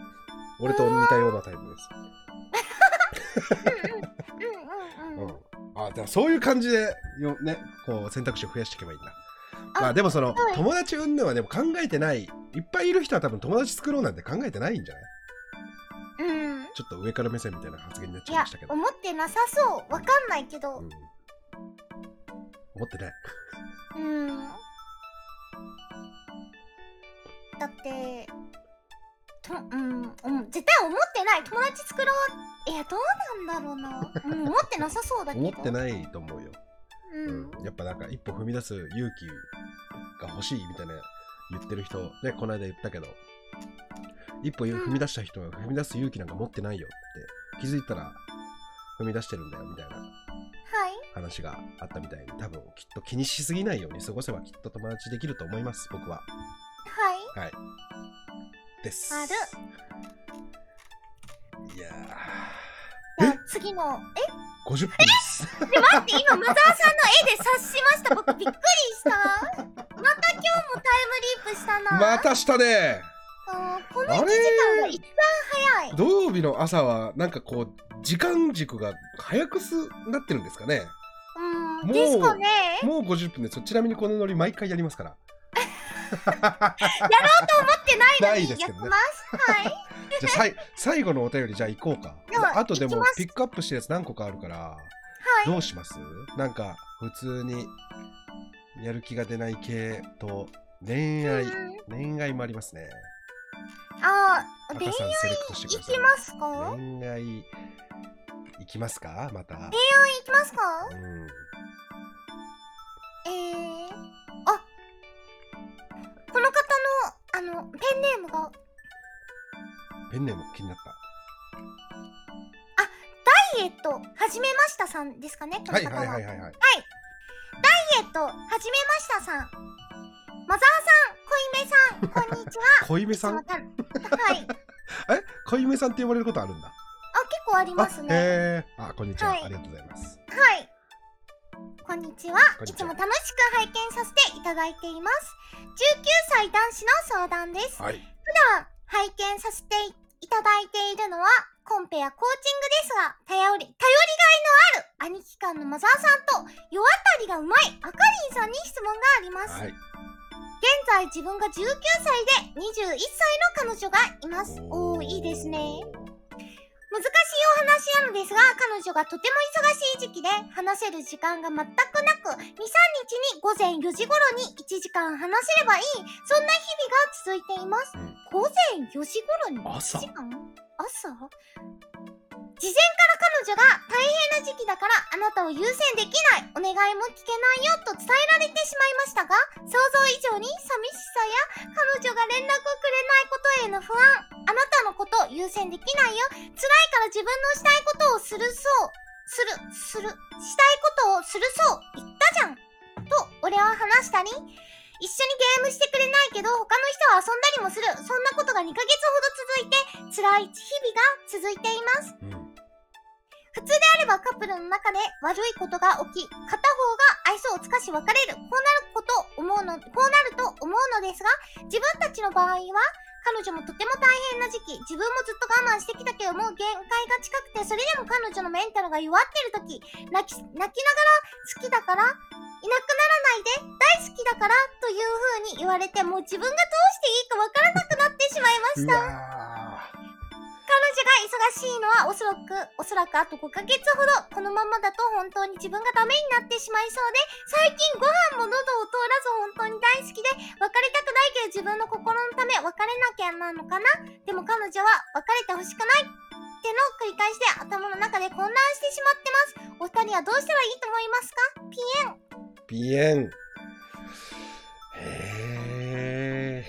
Speaker 1: 俺と似たようなタイプです。
Speaker 2: うんう
Speaker 1: う
Speaker 2: んうん、うん
Speaker 1: ん。あ、だからそういう感じで、よね、こう選択肢を増やしていけばいいんだ。
Speaker 2: あ
Speaker 1: まあでもその、
Speaker 2: はい
Speaker 1: 友達云々はでも考えてない。いっぱいいる人は多分友達作ろうなんて考えてないんじゃない [laughs]
Speaker 2: うん。
Speaker 1: ちょっと上から目線みたいな発言になっ
Speaker 2: い
Speaker 1: ちゃい
Speaker 2: や
Speaker 1: ましたけ、ど。
Speaker 2: 思ってなさそう。わかんないけど
Speaker 1: うん。。思ってない。
Speaker 2: うん。だって、と、うん、うん、絶対思ってない。友達作ろう。いや、どうなんだろうな。うん、思ってなさそうだけど。
Speaker 1: 思ってないと思うよ。
Speaker 2: うん。
Speaker 1: うん。やっぱなんか一歩踏み出す勇が欲しいみたいな言ってる人、ね、この間言ったけど、一歩踏み出した人は踏み出す勇気なんか持ってないよって気づいたら踏み出してるんだよみたいな
Speaker 2: はい。
Speaker 1: 話があったみたいに多分きっと気にしすぎないように過ごせばきっと友達できると思います僕は
Speaker 2: はい。
Speaker 1: はいです
Speaker 2: あ
Speaker 1: いや
Speaker 2: じゃ
Speaker 1: え
Speaker 2: あ次の、え
Speaker 1: ー50分です
Speaker 2: 待って、今、マザーさんの絵で察しました。僕、びっくりした。また今日もタイムリープしたな。
Speaker 1: またしたね
Speaker 2: あーこの
Speaker 1: あ
Speaker 2: 1
Speaker 1: れ
Speaker 2: 時間が一番早い。
Speaker 1: 土曜日の朝はなんかこう時間軸が早くすなってるんですかねも
Speaker 2: うん、
Speaker 1: う
Speaker 2: ですかね。
Speaker 1: もう50分ですちなみにこのノリ毎回やります
Speaker 2: [laughs]
Speaker 1: から
Speaker 2: やろうと思ってな
Speaker 1: ないい
Speaker 2: の
Speaker 1: で
Speaker 2: に、
Speaker 1: すけ
Speaker 2: やって
Speaker 1: どね
Speaker 2: ます。はい。
Speaker 1: じゃあさい最後のお便りじゃあ行こうか
Speaker 2: では
Speaker 1: あとで
Speaker 2: 行き
Speaker 1: も
Speaker 2: ます
Speaker 1: ピックアップしてるやつ何個かあるから
Speaker 2: はい。
Speaker 1: どうしますなんか普通にやる気が出ない系と恋愛
Speaker 2: うん
Speaker 1: 恋愛もありますね
Speaker 2: あー、
Speaker 1: 赤
Speaker 2: 恋
Speaker 1: さんセレクトしてくださ
Speaker 2: 愛いきますか
Speaker 1: い
Speaker 2: 恋愛
Speaker 1: 恋愛行きますかまた
Speaker 2: いきますか
Speaker 1: うん
Speaker 2: えー、あこの方の、あの、ペンネームが、
Speaker 1: ペンネーム気になった
Speaker 2: ダイエット始めましたさんですかね、この
Speaker 1: はい
Speaker 2: 方
Speaker 1: はいはい
Speaker 2: ダ
Speaker 1: は
Speaker 2: イエ
Speaker 1: いはい
Speaker 2: ット始めましたさん。マザーさん、小イメさん、こんにちは。
Speaker 1: 小夢さん
Speaker 2: いつもたはい。あ、結
Speaker 1: え小夢さんって呼ばれることあるんだ
Speaker 2: 構あります
Speaker 1: あ
Speaker 2: ね。
Speaker 1: へーあこんにちは、
Speaker 2: はい
Speaker 1: ありがとうございます
Speaker 2: はい。こんにちは。
Speaker 1: こんに
Speaker 2: い
Speaker 1: ち
Speaker 2: つ
Speaker 1: は
Speaker 2: も楽しく拝見させていただいています。19歳男子の相談です。
Speaker 1: はい
Speaker 2: 普段拝見させていただいているのはコンペやコーチングですが頼り頼りがいのある兄貴感のマザーさんと世渡りがうまいアカリンさんに質問があります、
Speaker 1: はい
Speaker 2: 現在自分が19歳で21歳の彼女がいますおおーいいですね難しいお話なのですが彼女がとても忙しい時期で話せる時間が全くなく23日に午前4時頃に1時間話せればいいそんな日々が続いています、
Speaker 1: うん
Speaker 2: 午前4時頃に
Speaker 1: 朝
Speaker 2: 1時間朝事前から彼女が大変な時期だからあなたを優先できないお願いも聞けないよと伝えられてしまいましたが想像以上に寂しさや彼女が連絡をくれないことへの不安あなたのことを優先できないよ辛いから自分のしたいことをするそうするするしたいことをするそう言ったじゃんと俺は話したり一緒にゲームしてくれないけど他の人は遊んだりもするそんなことが2ヶ月ほど続いて辛い日々が続いています
Speaker 1: うん
Speaker 2: 普通であればカップルの中で悪いことが起き、片方が愛想をつかし別れる、こうなること思うの、こうなると思うのですが、自分たちの場合は、彼女もとても大変な時期、自分もずっと我慢してきたけども、限界が近くて、それでも彼女のメンタルが弱ってる時、泣き、泣きながら好きだから、いなくならないで、大好きだから、という風に言われて、もう自分がどうしていいかわからなくなってしまいまし
Speaker 1: う
Speaker 2: た。
Speaker 1: わ
Speaker 2: 彼女が忙しいのはおそらく、おそらくあと5ヶ月ほど。このままだと本当に自分がダメになってしまいそうで、最近ご飯も喉を通らず本当に大好きで、別れたくないけど自分の心のため別れなきゃなのかな。でも彼女は別れてほしくないってのを繰り返して頭の中で混乱してしまってます。お二人はどうしたらいいと思いますか ?PN。
Speaker 1: ーピエンへえ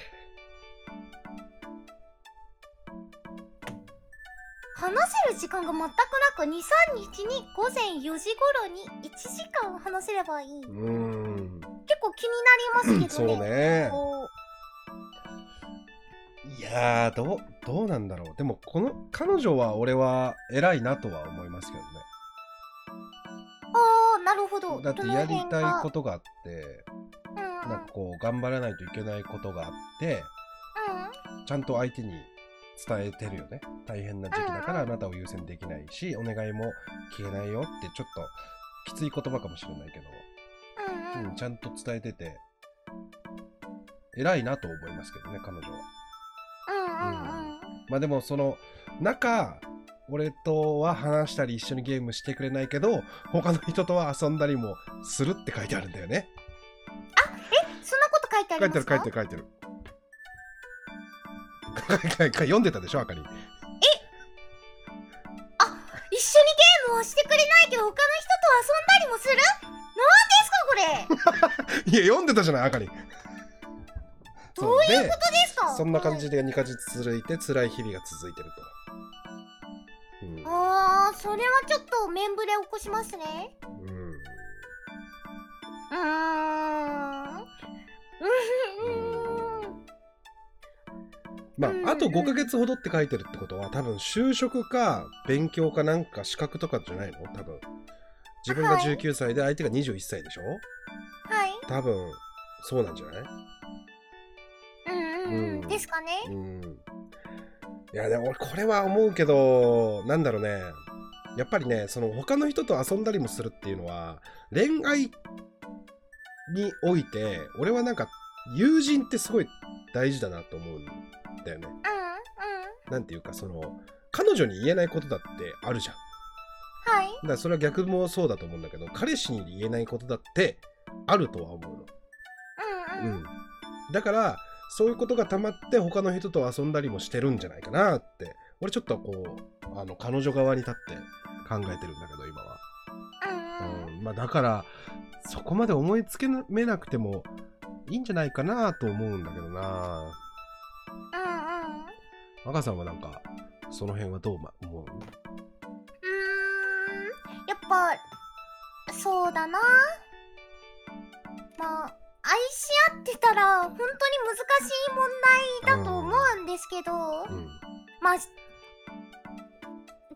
Speaker 2: 話せる時間が全くなく23日に午前4時頃に1時間話せればいい。
Speaker 1: うーん
Speaker 2: 結構気になります
Speaker 1: そ
Speaker 2: け
Speaker 1: う
Speaker 2: どね。
Speaker 1: ね
Speaker 2: こ
Speaker 1: いやーどうどうなんだろうでもこの彼女は俺は偉いなとは思いますけどね
Speaker 2: うああ、なるほど。
Speaker 1: だって
Speaker 2: どの
Speaker 1: やり
Speaker 2: 辺
Speaker 1: た
Speaker 2: が
Speaker 1: いことがあって
Speaker 2: うんうん、
Speaker 1: なんかこう頑張らないといけないことがあってちゃんと相手に伝えてるよね大変な時期だから
Speaker 2: うん
Speaker 1: あなたを優先できないしお願いも消えないよってちょっときつい言葉かもしれないけ
Speaker 2: う
Speaker 1: ど、
Speaker 2: ん、うん、うん。う
Speaker 1: うんん、ちゃんと伝えてて偉いなと思いますけどね彼女は
Speaker 2: うん、うん。
Speaker 1: まあでもその中俺とは話したり一緒にゲームしてくれないけど他の人とは遊んだりもするって書いてあるんだよね
Speaker 2: そんなこと書いてあ
Speaker 1: 書いて
Speaker 2: りま
Speaker 1: る
Speaker 2: す
Speaker 1: 書
Speaker 2: か
Speaker 1: いてる書いてる読んでたでしょあかり
Speaker 2: 一緒にゲームをしてくれないけど他の人と遊んだりもするなんですかこれ
Speaker 1: いや読んでたじゃない赤に
Speaker 2: どういう
Speaker 1: いうこ
Speaker 2: 本当ですか
Speaker 1: [laughs] そんな感じ
Speaker 2: はい
Speaker 1: で2か月続いて辛い日々が続いてると、うん
Speaker 2: あーそれはちょっと面ぶれ起こしますね
Speaker 1: うん
Speaker 2: うーんうーん
Speaker 1: ま
Speaker 2: うん
Speaker 1: あ、あと5ヶ月ほどって書いてるってことは多分就職か勉強かなんか資格とかじゃないの多分自分が
Speaker 2: はい
Speaker 1: 19歳で相手が21歳でしょ
Speaker 2: はい
Speaker 1: 多分そうなんじゃない
Speaker 2: うんうん、
Speaker 1: う
Speaker 2: うんん、ですかね
Speaker 1: うんいやでも俺これは思うけどなんだろうねやっぱりねその他の人と遊んだりもするっていうのは恋愛において俺はなんか友人ってすごい大事だなと思うんだよね。
Speaker 2: うんうん
Speaker 1: なんていうかその彼女に言えないことだってあるじゃん。
Speaker 2: はい
Speaker 1: だからそれは逆もそうだと思うんだけど彼氏に言えないことだってあるとは思うの。
Speaker 2: うんうん、
Speaker 1: だからそういうことがたまって他の人と遊んだりもしてるんじゃないかなって俺ちょっとこうあの彼女側に立って考えてるんだけど今は、
Speaker 2: うんうん
Speaker 1: うんまあ、だからそこまで思いつけめなくてもいいんじゃないかなと思うんだけどな
Speaker 2: うんうん
Speaker 1: 赤さんはなんかその辺はどうま思う
Speaker 2: うーんやっぱそうだなまあ愛し合ってたら本当に難しい問題だと思うんですけど、
Speaker 1: うん
Speaker 2: まあし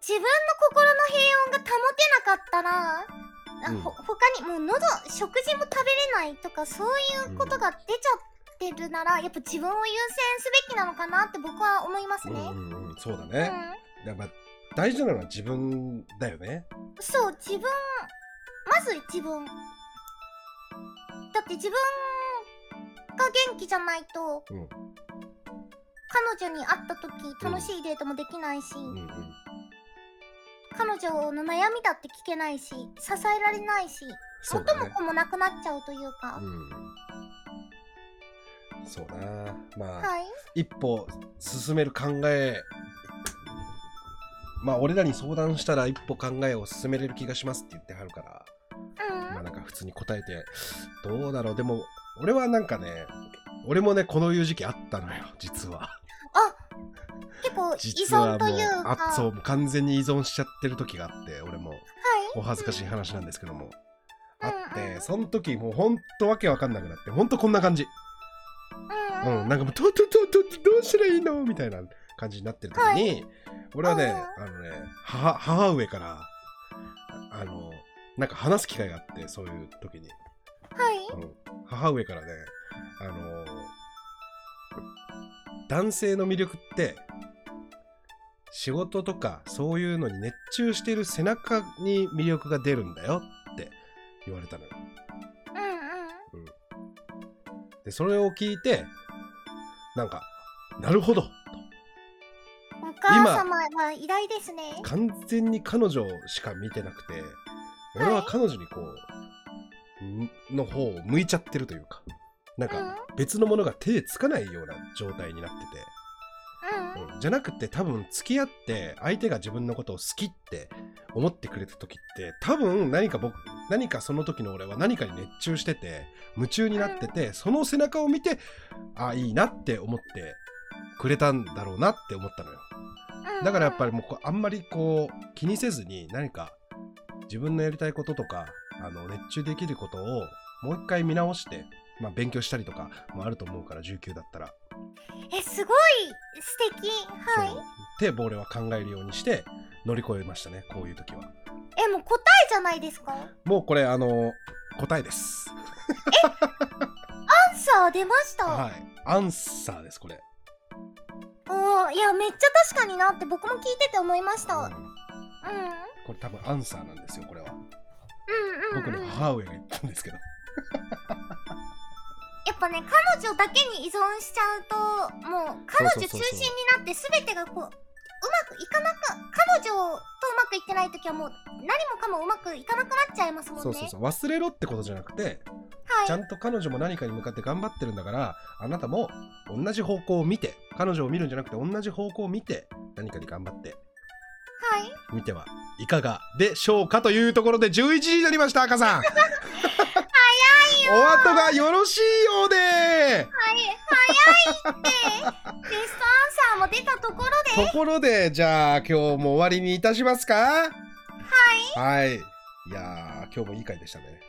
Speaker 2: 自分の心の平穏が保てなかったら、あ
Speaker 1: うん
Speaker 2: ほ他にもう喉食事も食べれないとかそういうことが出ちゃってるなら、やっぱ自分を優先すべきなのかなって僕は思います
Speaker 1: う
Speaker 2: ね。
Speaker 1: んうんうんそうだ
Speaker 2: う
Speaker 1: ね、
Speaker 2: ん
Speaker 1: やっぱ大事なのは自分だよね
Speaker 2: そう自分まず自分だって自分が元気じゃないと、
Speaker 1: うん
Speaker 2: 彼女に会った時楽しいデートもできないし、
Speaker 1: うんうん
Speaker 2: 彼女の悩みだって聞けないし支えられないし
Speaker 1: そう
Speaker 2: 元
Speaker 1: だ
Speaker 2: も
Speaker 1: ね
Speaker 2: 子もなくなっちゃうというか、
Speaker 1: うんそうだなまあ、
Speaker 2: はい
Speaker 1: 一歩進める考えまあ俺らに相談したら一歩考えを進めれる気がしますって言ってはるから
Speaker 2: うん
Speaker 1: まあなんか普通に答えてどうだろうでも俺はなんかね俺もねこのいう時期あったのよ実は
Speaker 2: 結構依
Speaker 1: 実はも
Speaker 2: 存と
Speaker 1: う
Speaker 2: いうか
Speaker 1: あそう
Speaker 2: は
Speaker 1: もう完全に依存しちゃってる時があって俺も
Speaker 2: い
Speaker 1: お恥ずかしい話なんですけどもあっ
Speaker 2: うんう
Speaker 1: て
Speaker 2: ん
Speaker 1: その時もうほんとわけわかんなくなってほんとこんな感じ
Speaker 2: うんうん
Speaker 1: うん、なんかもうどどどどどうしたらいいのみたいな感じになってる時に、俺はね
Speaker 2: う
Speaker 1: あのね母母上からああのなんか話す機会があってそういう時に、
Speaker 2: はい
Speaker 1: うん、母上からねあの男性の魅力って仕事とかそういうのに熱中してる背中に魅力が出るんだよって言われたのよ。
Speaker 2: うんうん
Speaker 1: でそれを聞いてなんかなるほど
Speaker 2: お母様は偉大ですね
Speaker 1: 完全に彼女しか見てなくて俺は彼女にこうの方を向いちゃってるというかなん
Speaker 2: うんうん
Speaker 1: か別のものが手つかないような状態になってて、うんじゃなくて多分付き合って相手が自分のことを好きって思ってくれた時って多分何か僕何かその時の俺は何かに熱中してて夢中になっててその背中を見てあいいなって思ってくれたんだろうなって思ったのよ。
Speaker 2: うん
Speaker 1: だからやっぱりもうこうあんまりこう気にせずに何か自分のやりたいこととかあの熱中できることをもう一回見直して、まあ、勉強したりとかもあると思うから19だったら、
Speaker 2: えすごい素敵はい
Speaker 1: そうってボーレは考えるようにして乗り越えましたねこういう時は
Speaker 2: えもう答えじゃないですかア
Speaker 1: もうこれあの答えです
Speaker 2: ンサー出ました、
Speaker 1: はいアンサーですこれ
Speaker 2: おーいやめっちゃ確かになって僕も聞いてて思いましたうん
Speaker 1: うんこれ多分アンサーなんですよこれは
Speaker 2: うん
Speaker 1: 僕
Speaker 2: うん、う
Speaker 1: の
Speaker 2: ん、や
Speaker 1: 母上が言ったんですけど
Speaker 2: っぱね彼女だけに依存しちゃうともう彼女中
Speaker 1: そうそうそうそう
Speaker 2: 心になって全てがこううまくいかなか彼女とうまくいってない時はもう何もかもうまくいかなくなっちゃいますもんね
Speaker 1: そうそうそう忘れろってことじゃなくて
Speaker 2: はい
Speaker 1: ちゃんと彼女も何かに向かって頑張ってるんだから、あなたも同じ方向を見て、彼女を見るんじゃなくて同じ方向を見て、何かに頑張って
Speaker 2: はい
Speaker 1: みてはいかがでしょうかというところで11時になりました、赤さん。お後がよろしいようで
Speaker 2: ベストアンサーも出たところで
Speaker 1: ところでじゃあ今日も終わりにいたしますかはいはいいやー今日もいい回でしたね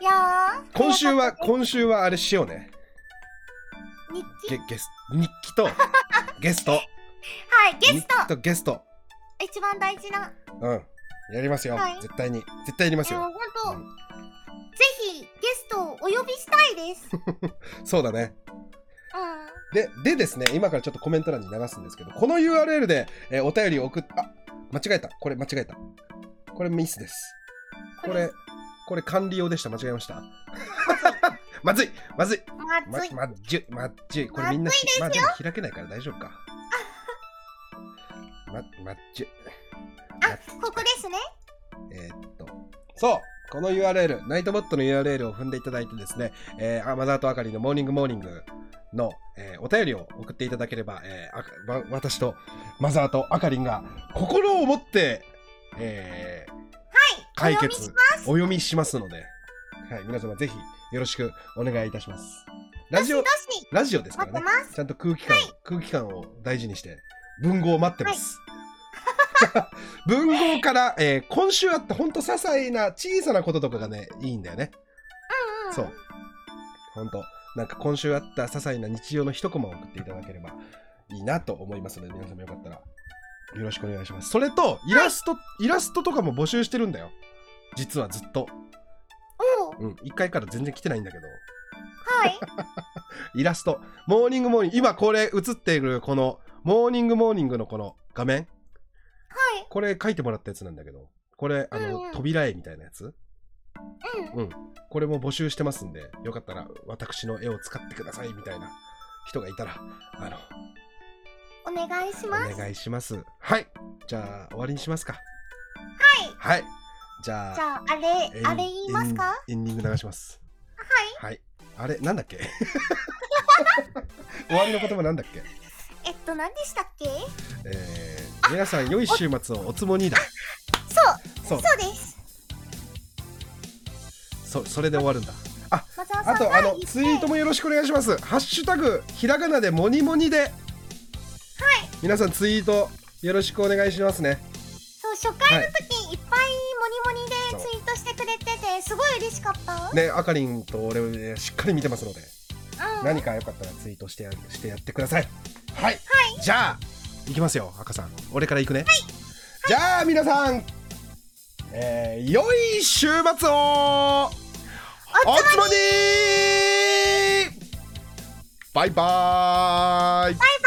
Speaker 2: いやー
Speaker 1: 今週は
Speaker 2: 早かっ
Speaker 1: 今週はあれしようね
Speaker 2: た日記
Speaker 1: ゲゲス日記とゲスト
Speaker 2: はいゲスト
Speaker 1: 日記とゲスト
Speaker 2: 一番大事な
Speaker 1: うんやりますよ、
Speaker 2: はい
Speaker 1: 絶対に絶対やります
Speaker 2: でも
Speaker 1: よ
Speaker 2: 本当、
Speaker 1: うん
Speaker 2: ぜひゲストをお呼びした
Speaker 1: [laughs]
Speaker 2: いですうん
Speaker 1: そうだね
Speaker 2: は
Speaker 1: で、でですね、今からちょっとコメント欄に流すんですけど、この URL で、えーお便りを送っ、あ、間違えた。これ間違えた。これミスです。これ、これ管理用でした。間違えま
Speaker 2: [laughs]
Speaker 1: した。まずいまずいま
Speaker 2: まずい
Speaker 1: まじゅまじゅいこれみんな
Speaker 2: まずいですよ
Speaker 1: まあでも開けないから大丈夫
Speaker 2: [laughs]
Speaker 1: か。ま、まじゅ
Speaker 2: あここですね
Speaker 1: えーっと、そうこの URL、ナイトボットの URL を踏んでいただいてですね、えー、あマザーとあかりのモーニングモーニングの、えーお便りを送っていただければ、えーあかわ私とマザーとあかりんが心を持って、えー
Speaker 2: は
Speaker 1: 解
Speaker 2: いお呼び
Speaker 1: 決
Speaker 2: し
Speaker 1: お読みしますので、はい、皆様ぜひよろしくお願いいたします。ラジオ
Speaker 2: ど、しどし
Speaker 1: ラジオですか
Speaker 2: 待っ
Speaker 1: ら
Speaker 2: て
Speaker 1: ね。
Speaker 2: ます
Speaker 1: ちゃんと空気感、空気感を大事にして、文豪を待ってます。文豪から、えー今週あったほんと些細な小さなこととかがね、いいんだよね。
Speaker 2: うんうん
Speaker 1: そう。ほんと、なんか今週あった些細な日常の一コマを送っていただければいいなと思いますので、皆様よかったらよろしくお願いします。それと、イラスト、イラストとかも募集してるんだよ。実はずっと。
Speaker 2: お
Speaker 1: う
Speaker 2: う
Speaker 1: ん、1回から全然来てないんだけど。
Speaker 2: はい
Speaker 1: イラスト。モーニングモーニング、今これ映っているこの、モーニングモーニングのこの画面。
Speaker 2: は
Speaker 1: これ書いてもらったやつなんだけど、これ、あの、
Speaker 2: うんうん
Speaker 1: 扉絵みたいなやつ。
Speaker 2: いうん
Speaker 1: これも募集してますんで、よかったら私の絵を使ってくださいみたいな人がいたら、あの、
Speaker 2: お願いします。
Speaker 1: お願いします。はい。じゃあ、終わりにしますか。はい。じゃあ、
Speaker 2: じゃあ、あれ
Speaker 1: エ、ン
Speaker 2: あれ言いますかは
Speaker 1: エンエンディング流します。はい。はい。あれ、なんだっけ [laughs] 終わりの言葉なんだっけ
Speaker 2: い。えっと、何でしたっけそう、
Speaker 1: えー、皆さん、良い週末をおつもにだ。そうだ
Speaker 2: そうです。
Speaker 1: そ、それで終わるんだ。
Speaker 2: マザーさ
Speaker 1: あ
Speaker 2: ん
Speaker 1: と
Speaker 2: が
Speaker 1: あ
Speaker 2: 言っ
Speaker 1: の
Speaker 2: て、
Speaker 1: ツイートもよろしくお願いします。ハッシュタグひらがなでモニモニで。はい。皆さんツイートよろしくお願いしますね。
Speaker 2: そう、初回の時、いっぱいモニモニでツイートしてくれてて、すごい嬉しかった。
Speaker 1: ね、あかりんと俺ねしっかり見てますので、
Speaker 2: うん。
Speaker 1: 何かよかったらツイートしてやしてやってください。はい。じゃあ行きますよ、赤さん。俺から行くね。じゃあ皆さん、えー、良い週末をおつもに。バイバーイ。
Speaker 2: バイバイ